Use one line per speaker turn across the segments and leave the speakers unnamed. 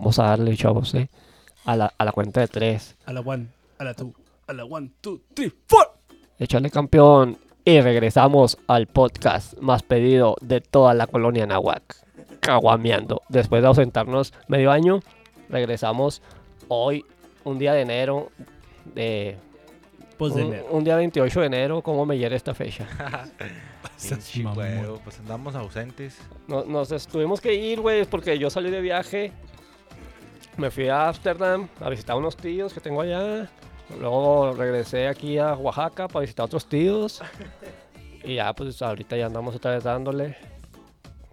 Vamos a darle, chavos, ¿eh? A la, a la cuenta de tres.
A la one, a la two, a la one, two, three, four.
Échale campeón. Y regresamos al podcast más pedido de toda la colonia Nahuac. Caguameando. Después de ausentarnos medio año, regresamos hoy, un día de enero. De,
Post de
un,
enero.
un día 28 de enero, ¿cómo me hiere esta fecha?
Pinche
mamón.
güero, pues andamos ausentes.
No- Nos, tuvimos que ir, güey, porque yo salí de viaje. Me fui a Ámsterdam a visitar unos tíos que tengo allá. Luego regresé aquí a Oaxaca para visitar otros tíos. Y ya, pues ahorita ya andamos otra vez dándole.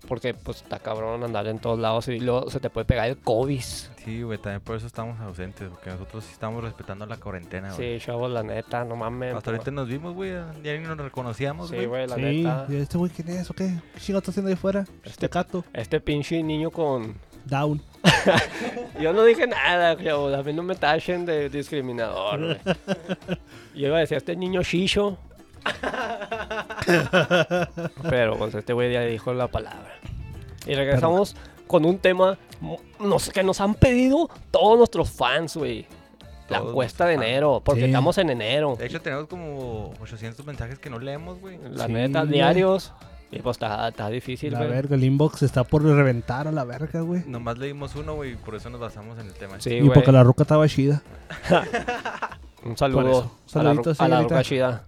Porque, pues, está cabrón andar en todos lados y luego se te puede pegar el COVID.
Sí, güey, también por eso estamos ausentes, porque nosotros sí estamos respetando la cuarentena, Ah, güey.
Sí, chavos, la neta, no mames.
Hasta ahorita nos vimos, güey, ya ni nos reconocíamos,
Sí,
güey.
güey, la
sí,
neta.
¿y ¿este güey quién es o qué? ¿Qué chingado está haciendo ahí afuera? Este cato,
Este pinche niño con.
down.
Yo no dije nada, chavos. A mí no me tachen de discriminador, güey. Yo iba a decir, este niño shisho. Pero pues este güey ya dijo la palabra. Y regresamos con un tema mo- nos- que nos han pedido todos nuestros fans, güey. La
Todos
encuesta de
nuestros fans.
enero, porque
Sí. Eh,
estamos en enero.
De hecho, tenemos como 800 mensajes que no leemos, güey.
La
Sí,
neta,
güey.
diarios. Y pues está, está difícil,
la
güey.
verga, el inbox está por reventar a la verga, güey.
Nomás leímos uno, güey, y por eso nos basamos en el tema. este.
Sí,
y
güey.
porque la ruca estaba chida.
Un
Por
saludo
eso.
a la,
Saludito,
ru- a la
señorita.
ruca chida.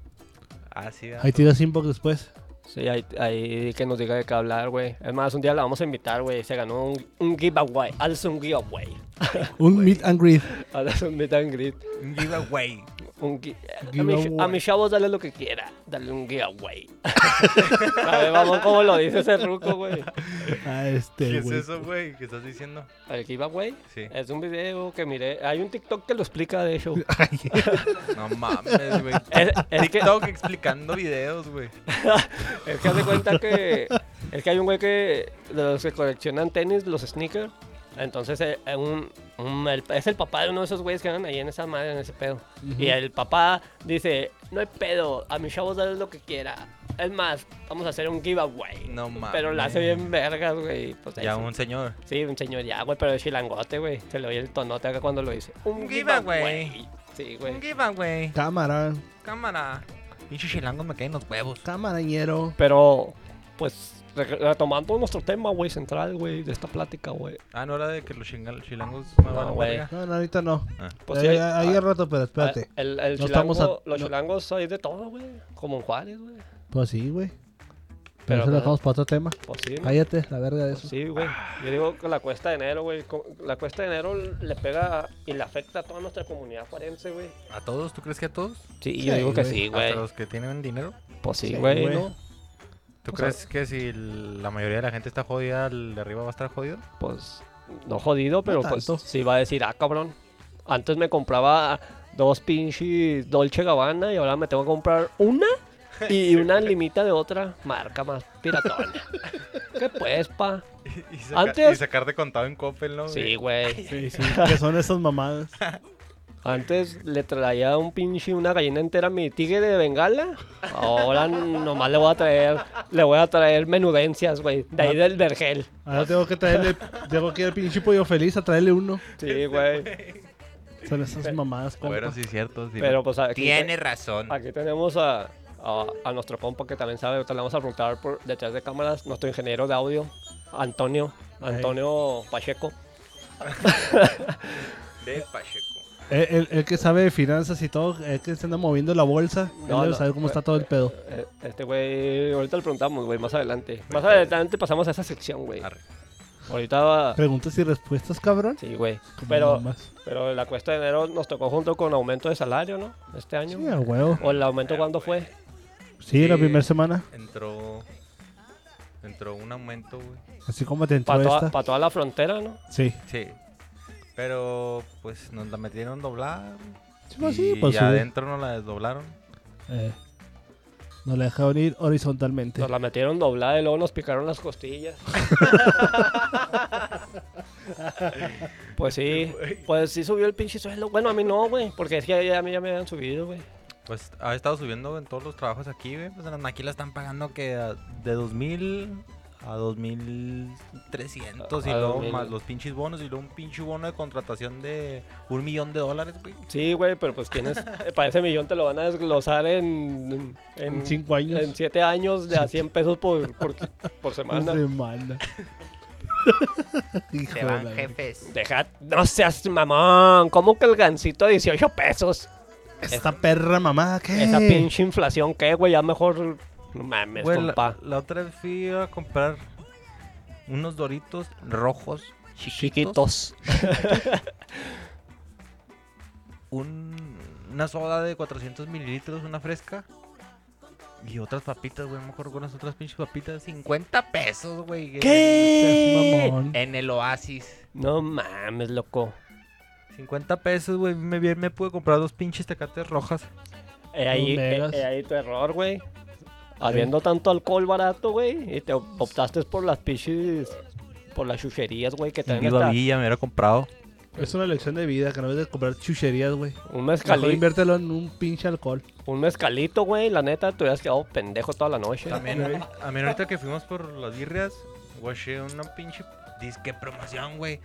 Ah, sí, ah.
Ahí tiras inbox después.
Sí, ahí, ahí que nos diga de qué hablar, güey. Es más, un día la vamos a invitar, güey. Se ganó un, un giveaway. Hazle un giveaway.
Un meet and greet.
Hazle un meet and greet.
Un giveaway.
Un gui- a mi- a,
Giveaway.
mis chavos dale lo que quiera. Dale un giveaway. a ver, vamos, ¿cómo lo dice ese ruco, güey?
A este,
¿Qué es
güey.
eso, güey? ¿Qué estás diciendo?
El giveaway
Sí.
es un video que miré. Hay un TikTok que lo explica, de hecho.
No mames, güey.
Es, es que,
TikTok explicando videos, güey.
es que hace cuenta que... Es que hay un güey que... De los que coleccionan tenis, los sneakers. Entonces, eh, eh, un- un- el- es el papá de uno de esos güeyes que andan ahí en esa madre, en ese pedo. Y el papá dice, no hay pedo, a mis chavos dale lo que quiera. Es más, vamos a hacer un giveaway.
No mames.
Pero la hace bien vergas, güey. Pues
Ya
eso.
un señor.
Sí, un señor ya, güey, pero es chilangote, güey. Se le oye el tonote acá cuando lo dice. Un
Un
giveaway.
giveaway.
Sí, güey.
giveaway.
Cámara,
Cámara. Pinche chilango me caen los huevos.
camarañero.
Pero, pues, re- retomando nuestro tema, güey, central, güey, de esta plática, güey.
Ah, no era de que los chingal- chilangos
No,
me van a
güey.
verga.
No, no, ahorita no.
Pues,
Eh,
sí, hay-
ahí
ah,
al rato, pero espérate.
ah, El, el
No
chilango-
estamos a-
los
no.
chilangos hay de todo, güey. Como en Juárez, güey.
Pues sí, güey.
Pero
Pero eso
no-
lo dejamos para otro tema.
Pues sí, ¿no? Pues
Cállate, la verga de eso.
Sí, güey. Yo digo que la cuesta de enero, güey. co- La cuesta de enero le pega y le afecta a toda nuestra comunidad juarense, güey.
¿A todos? ¿Tú crees que a todos?
Sí,
yo digo que sí,
¿Hasta los que tienen dinero?
Pues sí,
Sí,
güey.
güey.
¿no?
¿Tú
O sea-
crees que si l- la mayoría de la gente está jodida, el de arriba va a estar jodido?
Pues no jodido, pero pues
tanto.
sí va a decir, ah, cabrón. Antes me compraba dos pinches Dolce Gabbana y ahora me tengo que comprar una y una limita de otra marca más piratona. ¿Qué pues, pa?
Y,
saca- Antes- y
sacarte contado en Coppel, ¿no?
Sí, güey.
Sí, sí. ¿Qué son esas mamadas?
Antes le traía un pinche, una gallina entera a mi tigre de bengala. Ahora nomás le voy a traer, le voy a traer menudencias, güey. De ahí del vergel.
Ahora Ah, tengo que traerle, tengo que ir al pinche pollo feliz a traerle uno.
Sí, güey.
Son esas mamadas, compa.
Bueno, sí, cierto. sí.
Pero pues aquí,
Tiene razón.
ah,
aquí tenemos a, a, a nuestro compa que también sabe, ahorita le vamos a preguntar por detrás de cámaras, nuestro ingeniero de audio, Antonio, Antonio Pacheco.
De Pacheco.
El, Eh, el- el que sabe de finanzas y todo, el que se anda moviendo la bolsa, él
No,
debe
no.
saber cómo está todo el pedo.
Eh, Este güey, ahorita le preguntamos, güey, más adelante. Más adelante pasamos a esa sección, güey.
Arre.
Ahorita va...
Preguntas y respuestas, cabrón.
Sí, güey.
Como
Pero...
mamás.
Pero la cuesta de enero nos tocó junto con aumento de salario, ¿no? Este año.
Sí, a huevo.
¿O el aumento cuándo fue?
Sí, la
Sí.
primera semana.
Entró. Entró un aumento, güey.
Así como te entró
Para toda,
esta.
pa' toda la frontera, ¿no?
Sí.
Sí. Pero, pues nos la metieron doblada. güey.
Sí, pues
y
sí, pues sí.
adentro nos la desdoblaron.
Eh, nos la dejaron ir horizontalmente.
Nos la metieron doblada y luego nos picaron las costillas. pues sí, pues sí subió el pinche sueldo. Bueno, a mí no, güey, porque es que a mí ya me habían subido, güey.
Pues ha estado subiendo en todos los trabajos aquí, güey. Pues en las maquilas están pagando que a- de 2000 a 2300 y
A- a
luego
2000.
más los pinches bonos y luego un pinche bono de contratación de un millón de dólares, güey.
Sí, güey, pero pues tienes. eh, para ese millón te lo van a desglosar en.
En cinco años.
En siete años de a 100 pesos por, por, por
Una
semana.
semana. Hijo
Se van
la-
jefes.
Deja. No seas mamón. ¿Cómo que el gancito a 18 pesos?
Esta perra mamada, ¿qué?
Esa pinche inflación, ¿qué, güey? Ya mejor. No mames,
Güey, la,
compa.
la otra vez fui a comprar unos doritos rojos chiquitos.
Chiquitos.
un- una soda de 400 mililitros, una fresca. Y otras papitas, güey. Me acuerdo con las otras pinches papitas.
50 pesos, güey.
Seas
en-
¿Qué?
mamón.
En el oasis.
No mames, loco.
50 pesos, güey. Me, bien me pude comprar dos pinches tecates rojas.
Eh, ahí,
¿Dónde
eh,
eras?
eh, ahí tu error, güey. Habiendo tanto alcohol barato, güey, y te optaste por las pinches. Por las chucherías, güey, que traen
Viva
hasta
Villa, me hubiera comprado.
Es una lección de vida que no debes de comprar chucherías, güey.
un
Mejor
mezcalito.
inviértelo en un pinche alcohol.
Un mezcalito, güey, la neta, te hubieras quedado pendejo toda la noche.
También, a mí ahorita que fuimos por las birrias, guaché una pinche disque promoción, güey.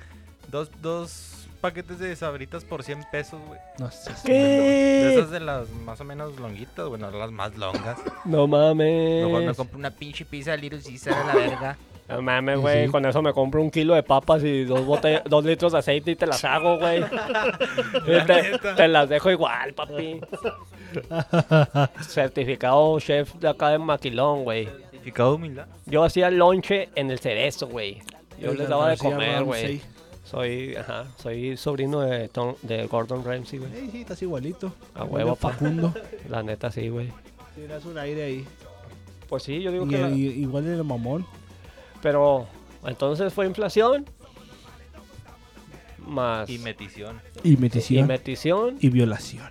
Dos, dos paquetes de sabritas por 100 pesos, güey.
No seas
De
¿Qué?
esas de las más o menos longuitas, bueno, las más longas.
No mames.
Mejor me compro una pinche pizza de Little Caesar a la verga.
No mames,
Sí,
güey,
sí.
con eso me compro un kilo de papas y dos, bote- dos litros de aceite y te las hago, güey. Y te,
neta.
te las dejo igual, papi. Certificado chef de acá de Maquilón, güey.
Certificado de humildad.
Yo hacía lonche en el cerezo, güey. Yo les daba de
García
comer, güey.
Ramsey.
Soy, ajá, soy sobrino de, Tom- de Gordon Ramsay, güey.
Ey, sí, estás igualito.
A
Igual
huevo,
de
pa.
Facundo.
La neta, sí, güey.
Tienes un aire ahí.
Pues sí, yo digo
Y,
que... la-
y- igual de mamón.
Pero entonces fue inflación. Más...
Y metición.
Y
y
metición.
metición.
Y violación.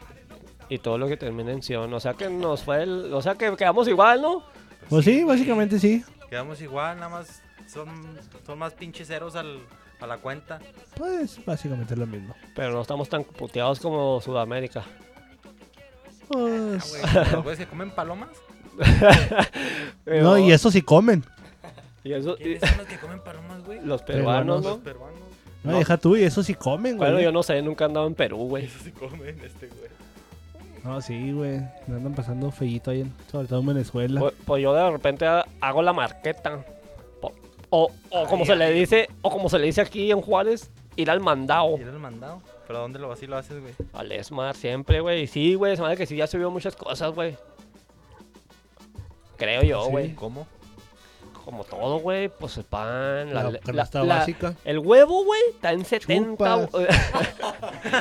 y todo lo que termina en Sion. O sea que nos fue el. O sea que quedamos igual, ¿no?
Pues sí, básicamente sí.
Quedamos igual, nada más son, son más pinches ceros al, a la cuenta.
Pues básicamente es lo mismo.
Pero no estamos tan puteados como Sudamérica.
Ah,
Pues...
güey, ¿los güeyes que comen palomas?
No, y eso sí comen.
y eso- y-
¿Quiénes son los que comen palomas, güey?
los peruanos,
Los
¿no?
peruanos.
No,
No.
deja tú, y eso sí comen, güey.
Bueno, yo no sé, nunca he andado en Perú, güey.
Eso se comen este, güey.
No, sí, güey. Me andan pasando fellito ahí, en- sobre todo en Venezuela.
Pues, pues yo de repente ha- hago la marqueta. Po- O, o como
Ay,
se le dice, o como se le dice aquí en Juárez, ir al mandado.
Y era el mandado. ¿Pero a dónde lo vas y lo haces, güey?
Al Esmar siempre, güey. Y Sí, güey, se me hace que sí ya subió muchas cosas, güey. Creo yo,
Sí.
güey.
¿Cómo?
Como todo, güey, pues el pan, la,
La
le-
canasta
la-
básica.
El huevo, güey, está en 70.
Chupas.
bo-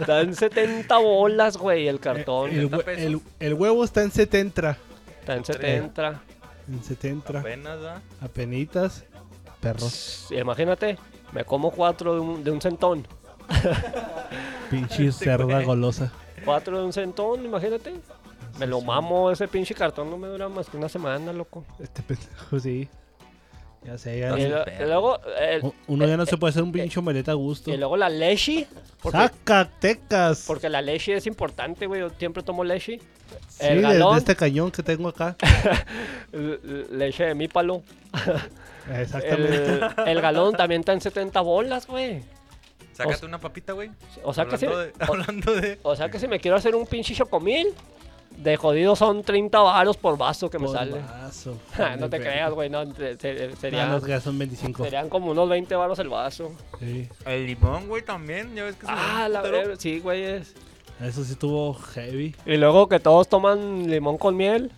está en 70 bolas, güey, el cartón.
El,
70
hue-
pesos.
el- el huevo está en 70.
está en 70.
En 70.
Apenas, ¿ah?
Apenitas. Perros.
Imagínate, me como cuatro de un, de un centón.
Pinche cerda golosa.
Cuatro de un centón, imagínate. Me lo mamo, ese pinche cartón no me dura más que una semana, loco.
Este pendejo, sí. Ya sé, ya.
Y
Así.
lo-
perro.
y luego, el-
U- Uno
eh,
ya no se puede hacer un pinche omeleta a gusto.
y luego la leche. Porque,
¡Zacatecas!
porque la leche es importante, güey. Yo siempre tomo leche.
Sí,
El
de- de,
galón,
este cañón que tengo acá.
l- l- leche de mi palo.
Eh, Exactamente.
El, el galón también está en 70 bolas, güey.
Sácate
O sea-
una papita, güey.
O sea, que si,
hablando, de, hablando de...
o sea que si me quiero hacer un pinche chocomil, de jodido son 30 varos por vaso que me
Por
sale.
vaso,
Ja, no te
pendejo.
creas, güey, no, te- te- sería-
Ah, los que son 25.
serían como unos 20 varos el vaso.
Sí.
El limón, güey, también. Ya ves que se
Ah,
ve
la
putero.
verdad, sí, güey. es-
Eso sí estuvo heavy.
Y luego que todos toman limón con miel.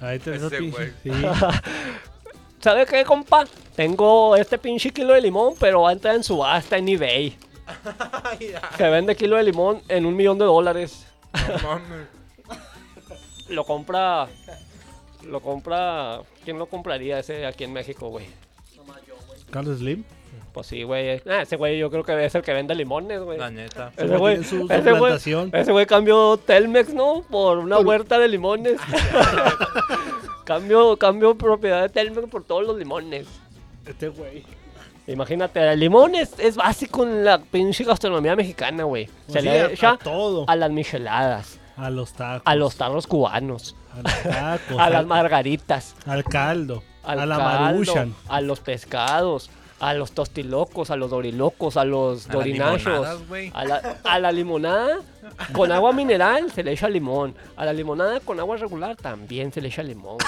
Ahí te ves
Ese
pinche.
güey.
Sí.
¿Sabes qué, compa? Tengo este pinche kilo de limón, pero va a entrar en subasta en eBay. Se vende kilo de limón en un millón de dólares.
No mames.
Lo compra. Lo compra. ¿Quién lo compraría ese aquí en México, güey?
Carlos Slim.
Pues sí, güey. Ah, ese güey yo creo que es el que vende limones, güey.
La neta.
Ese güey,
Tiene su- su
ese, güey,
plantación.
ese güey cambió Telmex, ¿no? Por una huerta de limones. cambio, cambio propiedad de Telmex por todos los limones.
Este güey.
Imagínate, el limón es, es básico en la pinche gastronomía mexicana, güey. Se
Pues sí,
le
a-
echa
a todo.
a las micheladas,
A los tacos.
a los tarros cubanos,
A los tacos.
a las
al-
margaritas,
Al caldo.
al
a la
caldo,
maruchan.
a los pescados, a los tostilocos, a los dorilocos, a los
A las
dorinachos,
limonadas, güey.
a la, a la limonada con agua mineral se le echa limón, a la limonada con agua regular también se le echa limón,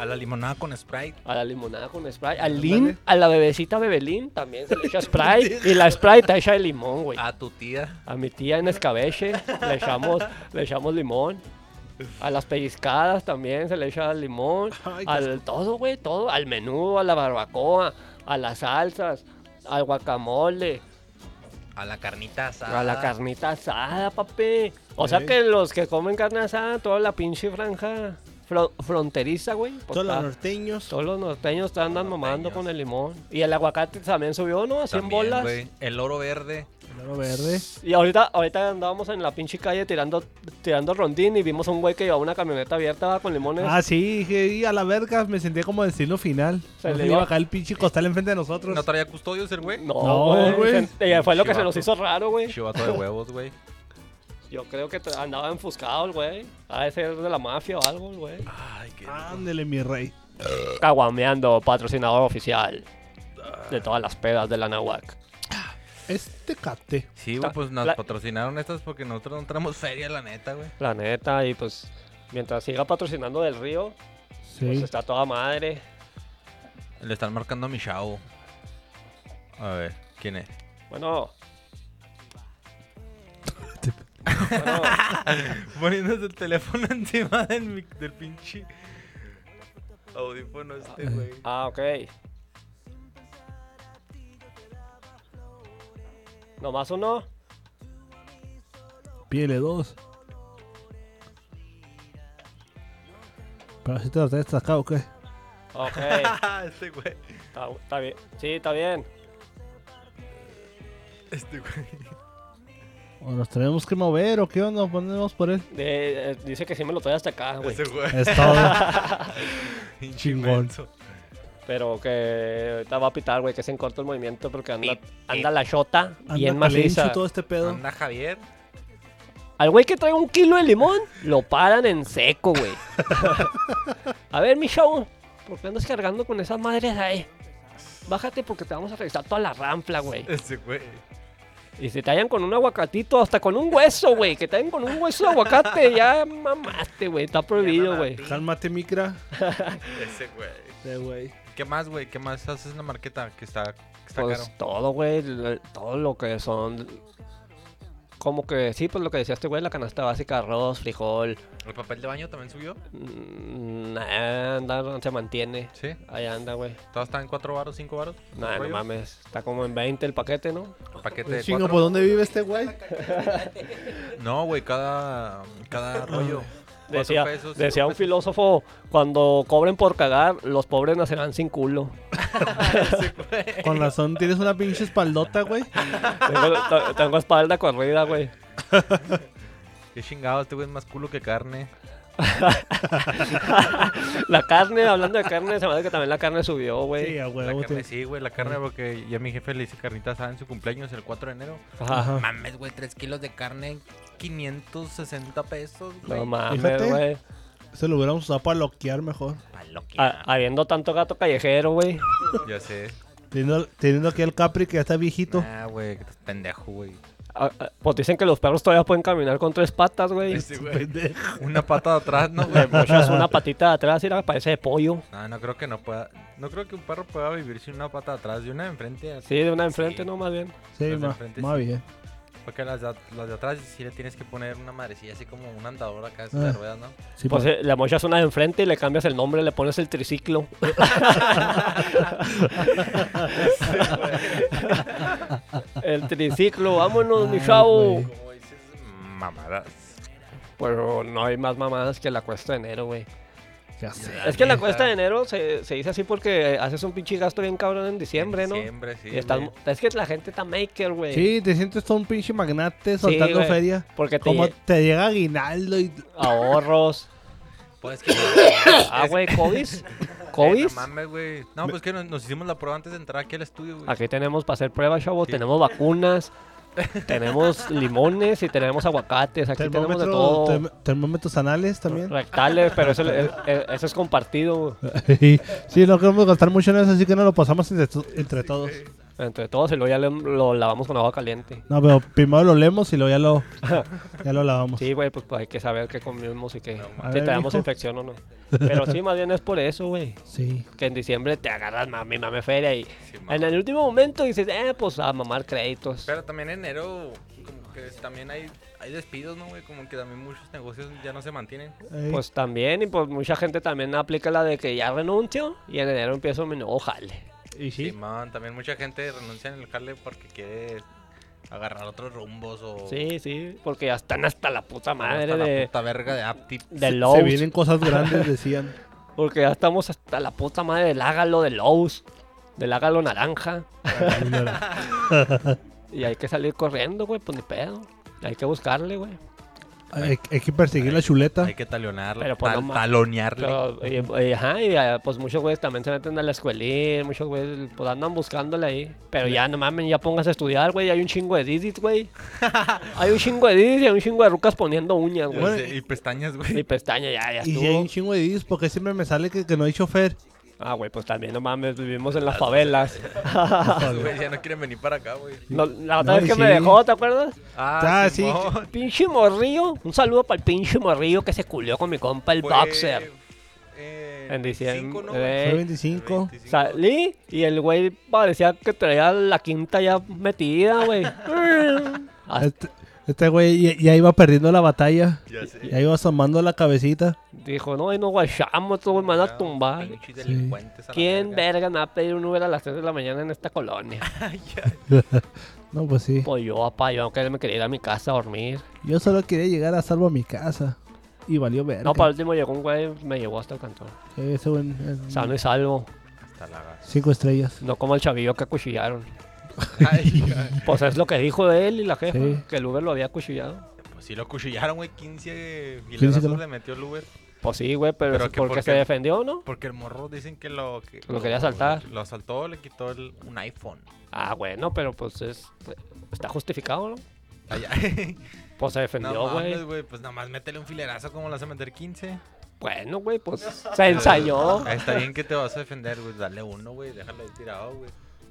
A la limonada con Sprite.
a la limonada con Sprite, al Lin, a la bebecita Bebelín también se le echa Sprite y la Sprite te echa de limón, güey.
A tu tía.
A mi tía en escabeche le echamos, le echamos limón. A las pellizcadas también se le echa limón.
Ay, qué
al todo, güey, todo. Al menú, a la barbacoa, a las salsas, al guacamole,
A la carnita asada.
a la carnita asada, papi. O sea
Ey.
que los que comen carne asada, toda la pinche franja fro- fronteriza, güey. pues,
Todos los
está-
norteños.
Todos los norteños están andan
los
mamando
norteños.
con el limón. Y el aguacate también subió, ¿no? A 100
También,
bolas.
güey. El oro verde.
Claro, verde.
Y ahorita, ahorita andábamos en la pinche calle tirando, tirando rondín y vimos a un güey que llevaba una camioneta abierta va, con limones.
Ah, sí, dije, y a la verga, me sentía como destino final.
Se
no
le
se iba a
iba-
bajar el pinche costal enfrente de nosotros.
¿No traía custodios el güey?
no,
no, güey.
güey. se- eh, Fue lo que se
Chivato.
nos hizo raro, güey.
Chivato de huevos, güey.
Yo creo que tra- andaba enfuscado el güey. Ha de ser de la mafia o algo, el güey.
Ay, qué.
Ándele, mi rey.
Caguameando, patrocinador oficial de todas las pedas de la Nahuac.
Este cate.
Sí, güey, pues nos
La-
patrocinaron estas porque nosotros no traemos feria, la neta, güey.
La neta, y pues mientras siga patrocinando del río, pues
Sí.
está toda madre.
Le están marcando a mi chavo. A ver, ¿quién es?
Bueno. bueno.
Poniéndose el teléfono encima del, mic- del pinche audífono este, güey.
Ah, ok. ¿Nomás uno?
Pídele dos. Pero si te lo traes acá o qué.
Ok.
este güey.
está, está bien. Sí, está bien.
Este güey.
O nos tenemos que mover o qué onda, ponemos por él.
De- eh, dice que sí me lo trae hasta acá, güey.
Este güey.
Es todo.
Pinche
chingón.
inmenso.
Pero que ahorita va a pitar, güey, que se encorta el movimiento porque anda,
Pit,
anda la chota bien
Anda
maciza.
calencho todo este pedo.
Anda Javier.
Al güey que trae un kilo de limón, lo paran en seco, güey. a ver, mi chavo, ¿por qué andas cargando con esas madres ahí? Bájate porque te vamos a revisar toda la rampla, güey.
Este güey.
Y si te hallan con un aguacatito, hasta con un hueso, güey. Que te hallan con un hueso de aguacate, ya mamaste, güey. Está prohibido, güey.
Cálmate, micra.
Ese güey.
De güey.
¿Qué más, güey? ¿Qué más haces en la marqueta que está, que está
Pues
caro?
todo, güey. l- Todo lo que son. Como que sí, pues lo que decía este güey, la canasta básica, arroz, frijol.
¿El papel de baño también subió?
mm, nah, anda, se mantiene.
Sí.
Ahí anda, güey.
¿Todo está en 4 baros, 5 baros?
Nah, no
Rollo.
mames. Está como en 20 el paquete, ¿no?
Paquete de
Pues Chingo,
cuatro.
¿por dónde vive este güey?
No, güey, cada, cada rollo. Cuatro
Decía,
pesos,
decía
cinco
un filósofo: cuando cobren por cagar, los pobres nacerán sin culo.
Con razón, tienes una pinche espaldota, güey.
tengo, t- tengo espalda corrida, güey.
pesos. Qué chingado, este güey es más culo que carne.
La carne, hablando de carne, se me hace que también la carne subió,
Sí,
güey.
a
la
huevo.
carne,
te-
sí, güey, la carne, porque ya mi jefe le hice carnita asada en su cumpleaños el 4 de enero.
Ajá.
Mames, güey, 3 kilos de carne,
560 pesos, güey.
No mames,
Fíjate.
güey.
Se lo hubiéramos usado para loquear mejor.
pa' lo que
Ha- Habiendo tanto gato callejero, güey.
Ya sé.
Teniendo, teniendo aquí al Capri que ya está viejito.
Ah, güey, que estás pendejo, güey.
Ah, ah, Pues dicen que los perros todavía pueden caminar con tres patas, güey.
Este güey.
Pendejo.
Una pata de atrás, ¿no,
Le
güey?
mochas una patita de atrás y la parece de pollo.
No, no creo que no pueda. No creo que un perro pueda vivir sin una pata de atrás. De una de enfrente, así.
Sí, de una enfrente,
Sí.
no, más bien.
Sí,
Los de
ma-
enfrente
más
sí.
bien.
Porque las de, at- las de atrás sí le tienes que poner una madrecilla, así como un andador acá, esas
Ah.
de ruedas, ¿no?
Sí,
Pues
pa-
eh, le mochas una de enfrente y le cambias el nombre, le pones el triciclo. el triciclo, vámonos, mi
Ay,
chavo.
güey.
Como dices, mamadas.
Pero no hay más mamadas que la cuesta de enero, güey.
ya sé.
Es que la
neta.
cuesta de enero se, se dice así porque haces un pinche gasto bien cabrón en diciembre, ¿no?
Diciembre, sí.
Y estás-
güey.
es que la gente está maker, güey.
Sí, te sientes todo un pinche magnate soltando
güey.
feria.
Porque te
Como
lle-
te llega aguinaldo y
ahorros.
Pues que.
Ah, güey, COVIS.
Eh, No
COVIS.
mames, güey. No, pues que nos, nos hicimos la prueba antes de entrar aquí al estudio, güey.
Aquí tenemos para hacer pruebas, chavo.
Sí.
Tenemos vacunas. tenemos limones y tenemos aguacates. Aquí tenemos de
Termómetro-
todo.
term- termómetros anales también.
Rectales, pero eso, es- es- eso es compartido.
sí, no queremos gastar mucho en eso, así que no lo pasamos entre, to- entre todos.
Entre todos y luego ya le- lo lavamos con agua caliente.
No, pero primero lo leemos y luego ya lo, ya lo lavamos.
Sí, güey, pues, pues, hay que saber qué comimos y que
A
si
ver,
tenemos
mijo.
infección o no. Pero sí, más bien es por eso, güey.
Sí.
Que en diciembre te agarras mami, mame feria y
Sí, mamá.
en el último momento dices, eh, pues a mamar créditos.
Pero también en enero, como que también hay, hay despidos, ¿no, güey? Como que también muchos negocios ya no se mantienen.
Ey,
Pues también, y pues mucha gente también aplica la de que ya renuncio y en enero empiezo mi nuevo jale.
y sí.
Simón, también mucha gente renuncia en el jale porque quiere agarrar otros rumbos o...
Sí, sí, porque ya están hasta la puta madre
Oh. hasta la
de,
puta verga de Apti.
de
Se-
Lowe's.
Se vienen cosas grandes, decían.
Porque ya estamos hasta la puta madre del ágalo de Lowe's, del ágalo naranja. Y hay que salir corriendo, güey, pues ni pedo. Hay que buscarle, güey.
hay, hay que perseguir la chuleta.
Hay que talonearle.
Pero, pues,
tal-
no ma-
talonearle.
Pero, y- y, ajá, y ah, pues muchos güeyes también se meten a la escuelín, muchos güeyes pues andan buscándole ahí. Pero ya no mames, ya pongas a estudiar, güey, hay un chingo de didis, güey. hay un chingo de didis y hay un chingo de rucas poniendo uñas, güey.
Bueno,
y pestañas,
Y
güey.
pestaña, ya, ya
Y si hay
estuvo.
un chingo de dis, porque siempre me sale que, que no hay chofer.
Ah, güey, pues también no mames, vivimos
Ah,
en las favelas. pues,
Güey, ya no quieren venir para acá, güey.
No, la
No,
otra vez
y
que me
sí.
dejó, ¿te acuerdas?
Ah, sí,
Simón.
Pinche morrillo. Un saludo para el pinche morrillo que se culió con mi compa, el
Fue,
boxer.
eh,
En diciembre,
¿no?
eh,
Fue
Ey.
25.
25.
Salí y el güey parecía que traía la quinta ya metida, güey. Hasta-
Este- Este güey ya- ya iba perdiendo la batalla.
Ya sé.
Ya iba asomando la cabecita.
Dijo, no, y nos guachamos, todos me van a tumbar.
Pinches delincuentes a la
¿Quién
verga.
verga me va a pedir un Uber a las 3 de la mañana en esta colonia?
No, pues sí.
Pues yo, papá, yo aunque me quería ir a mi casa a dormir.
Yo solo quería llegar a salvo a mi casa. Y valió ver.
No, para último llegó un güey, me llevó hasta el cantón.
Ese güey, eh,
Sano y salvo.
Hasta la-
Cinco estrellas.
No como el chavillo que acuchillaron.
Ay, ay.
Pues es lo que dijo él y la jefa,
Sí.
que el Uber lo había acuchillado.
Pues sí, lo cuchillaron, güey. 15
claro.
filerazos le metió el Uber.
Pues sí, güey, pero,
Pero
es
que
porque
por
se
qué-
defendió, ¿no?
Porque el morro dicen que lo... que
Lo quería asaltar.
Lo asaltó, le quitó el- un iPhone.
Ah, bueno, pero pues es, está justificado, ¿no?
Ay, ay.
Pues se
No
defendió, güey.
mames, güey. Pues nada más métele un filerazo como le vas a meter 15.
bueno, güey, pues se ensañó.
Está bien que te vas a defender, güey. Dale uno, güey. Déjalo ahí tirado, güey.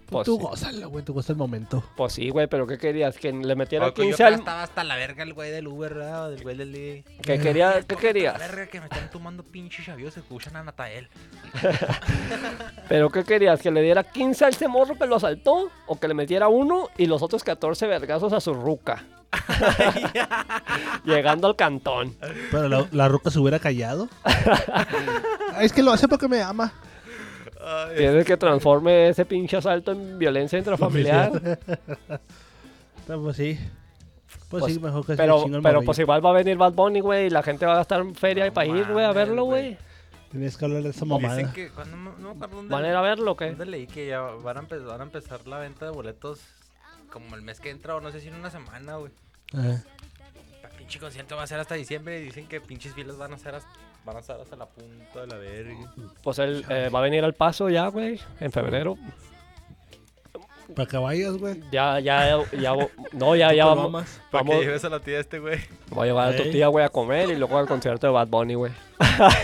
Pues,
tú
sí.
gózalo, güey. Tú goza el momento.
Pues sí, güey, pero ¿qué querías? Que le metiera
Oye, pues, yo
15
acá
al...
estaba hasta la verga el güey del Uber, ¿verdad? Del güey del Didi.
¿Qué, quería, ¿Qué
La
querías?
verga que me están tomando pinche chavíos. Se escuchan a Natael.
¿Pero qué querías? ¿Que le diera 15 al ese morro que lo asaltó? ¿O que le metiera uno y los otros 14 vergazos a su ruca? Llegando al cantón.
Pero la, la roca se hubiera callado. Ah, es que lo hace porque me ama.
Tienes que transforme ese pinche asalto en violencia intrafamiliar.
No, pues sí. Pues,
Pues,
sí, mejor que se
Pero,
chingue el
pero
morrillo.
pues igual va a venir Bad Bunny, güey, y la gente va a gastar feria
No
para ir, güey, a
mames,
verlo, güey.
Tenías que hablar de esa mamada.
Dicen que cuando no no me acuerdo dónde,
¿Van a ir a verlo o qué?
dónde leí que ya van a, empezar, van a empezar la venta de boletos como el mes que entra o no sé si en una semana, güey.
Ah,
El pinche concierto va a ser hasta diciembre y dicen que pinches filas van a ser hasta, van a estar hasta la punta de la verga.
Pues él eh, va a venir al paso ya, güey, en febrero.
para que vayas, güey.
Ya, ya, ya, no, ya, ya
Tú te
vamos.
mamas.
Para que
Vamos,
lleves a la tía este, güey.
voy a llevar a tu
Ey.
tía, güey, a comer y luego al concierto de Bad Bunny, güey.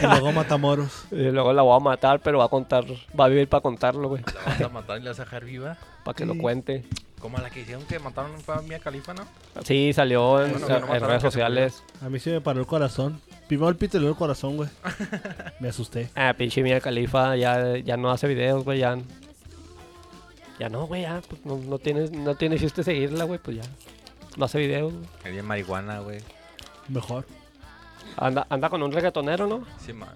Y luego Matamoros.
Y luego la voy a matar, pero va a contar, va a vivir para contarlo, güey.
La vas a matar y la vas a dejar viva.
Para que lo cuente.
Como la que hicieron que mataron a Mia Califa, ¿no?
Sí, salió en,
Bueno, que no
en
mataron,
redes
que se
sociales.
A mí se me paró el corazón. Primero el pito y luego el corazón, güey. Me asusté.
Ah, pinche Mia Califa, ya, ya no hace videos, güey, ya. Ya no, güey, ya. pues, no, no tienes, no tienes chiste seguirla, güey, pues ya. No hace videos. güey.
Es bien marihuana, güey.
Mejor.
Anda, anda con un reggaetonero, ¿no?
Sí, man.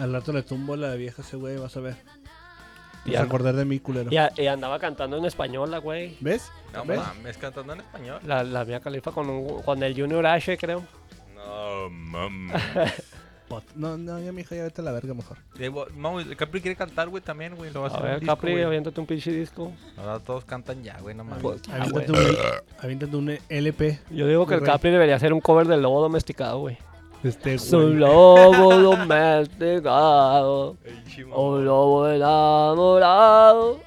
Al rato le tumbo la vieja a ese güey, vas a ver. Te Vas
Ya.
a acordar de mí, culero.
Y, a- y andaba cantando en español, la güey.
¿Ves?
No
¿Ves?
mames, cantando en español.
La, la Mia Califa con, un- con el Junior H, creo.
No mames.
Pot- No, no, ya mija, ya vete a la verga mejor.
Vamos, el Capri quiere cantar, güey, también, güey. Lo va a
A
hacer. un
ver,
disco,
Capri,
güey.
aviéntate un pinche disco.
Ahora todos cantan ya, güey, no mames.
Pues, ah,
Aviéntate
güey.
un, aviéntate un LP.
Yo digo que el
Güey.
Capri debería hacer un cover del lobo domesticado, güey.
Este,
Soy
güey.
un lobo domesticado,
oh,
un lobo enamorado,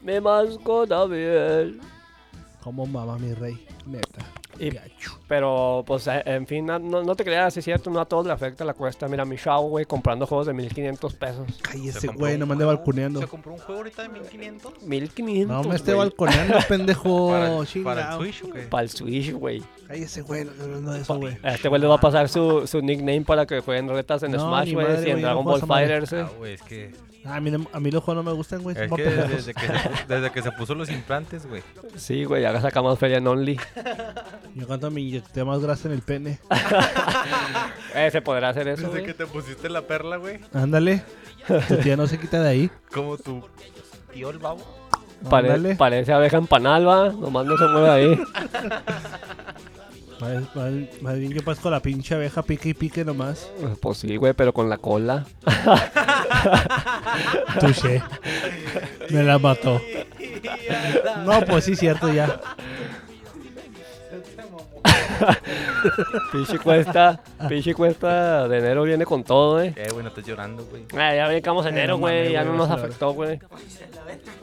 mi mascota bien.
Como mamá, mi rey. Neta.
Y-
Gacho.
Pero, pues, eh, en fin, na- no, no te creas, es cierto, no a todos le afecta la cuesta. Mira, mi chavo, güey, comprando juegos de 1500 pesos.
Cállese,
compró
güey.
un
No me ande
juego-
balconeando.
Se compró un juego ahorita de 1500
1500.
No me esté
güey,
balconeando,
para
pendejo.
el, para el
Chingado.
Switch o qué?
Para el Switch, güey.
Cállese, güey. No, no, no, eso, güey.
A este güey le va a pasar su, su nickname para que jueguen retas en
No,
Smash,
ni
güey,
madre,
y en
güey, yo
Dragon
no
Ball
juego esa
Fighters.
Ah, güey, es que,
Ah, A mí, no- a mí los juegos no me gustan, güey.
es
Son
que
para pendejos.
desde, que se, pu- desde que se puso los implantes, güey.
eh. Sí, güey, haga sacamos feria en Only.
Yo cuando me inyecté más grasa en el pene.
Eh, se podrá hacer eso.
Desde
güey?
que te pusiste la perla, güey.
Ándale. Tu tía no se quita de ahí.
Como tu tío el babo.
Pare-
Ándale.
parece abeja en panalba, nomás no se mueve ahí.
Más, más- más bien yo pasco la pinche abeja pique y pique nomás.
Pues sí, güey, pero con la cola.
Touché. Me la mató. No, pues sí, cierto, ya.
Pichi cuesta, pichi cuesta de enero viene con todo, eh.
Eh, güey, no estés llorando, güey.
Ah, ya brincamos
Eh,
enero,
no
güey,
mames,
ya no
güey,
nos
vas a la
afectó, güey.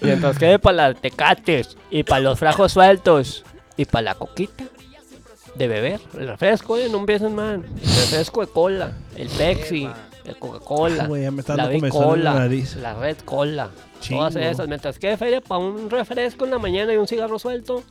Mientras que para las tecates y para los frajos sueltos y para la coquita de beber, el refresco, eh, no empiecen, man. El refresco de cola, el Pepsi, el
Ah,
Coca-Cola,
güey, ya me está
la
dando
Big
comezón en la
Cola,
nariz.
la Red Cola, todas
Chingo.
esas. Mientras que feria para un refresco en la mañana y un cigarro suelto,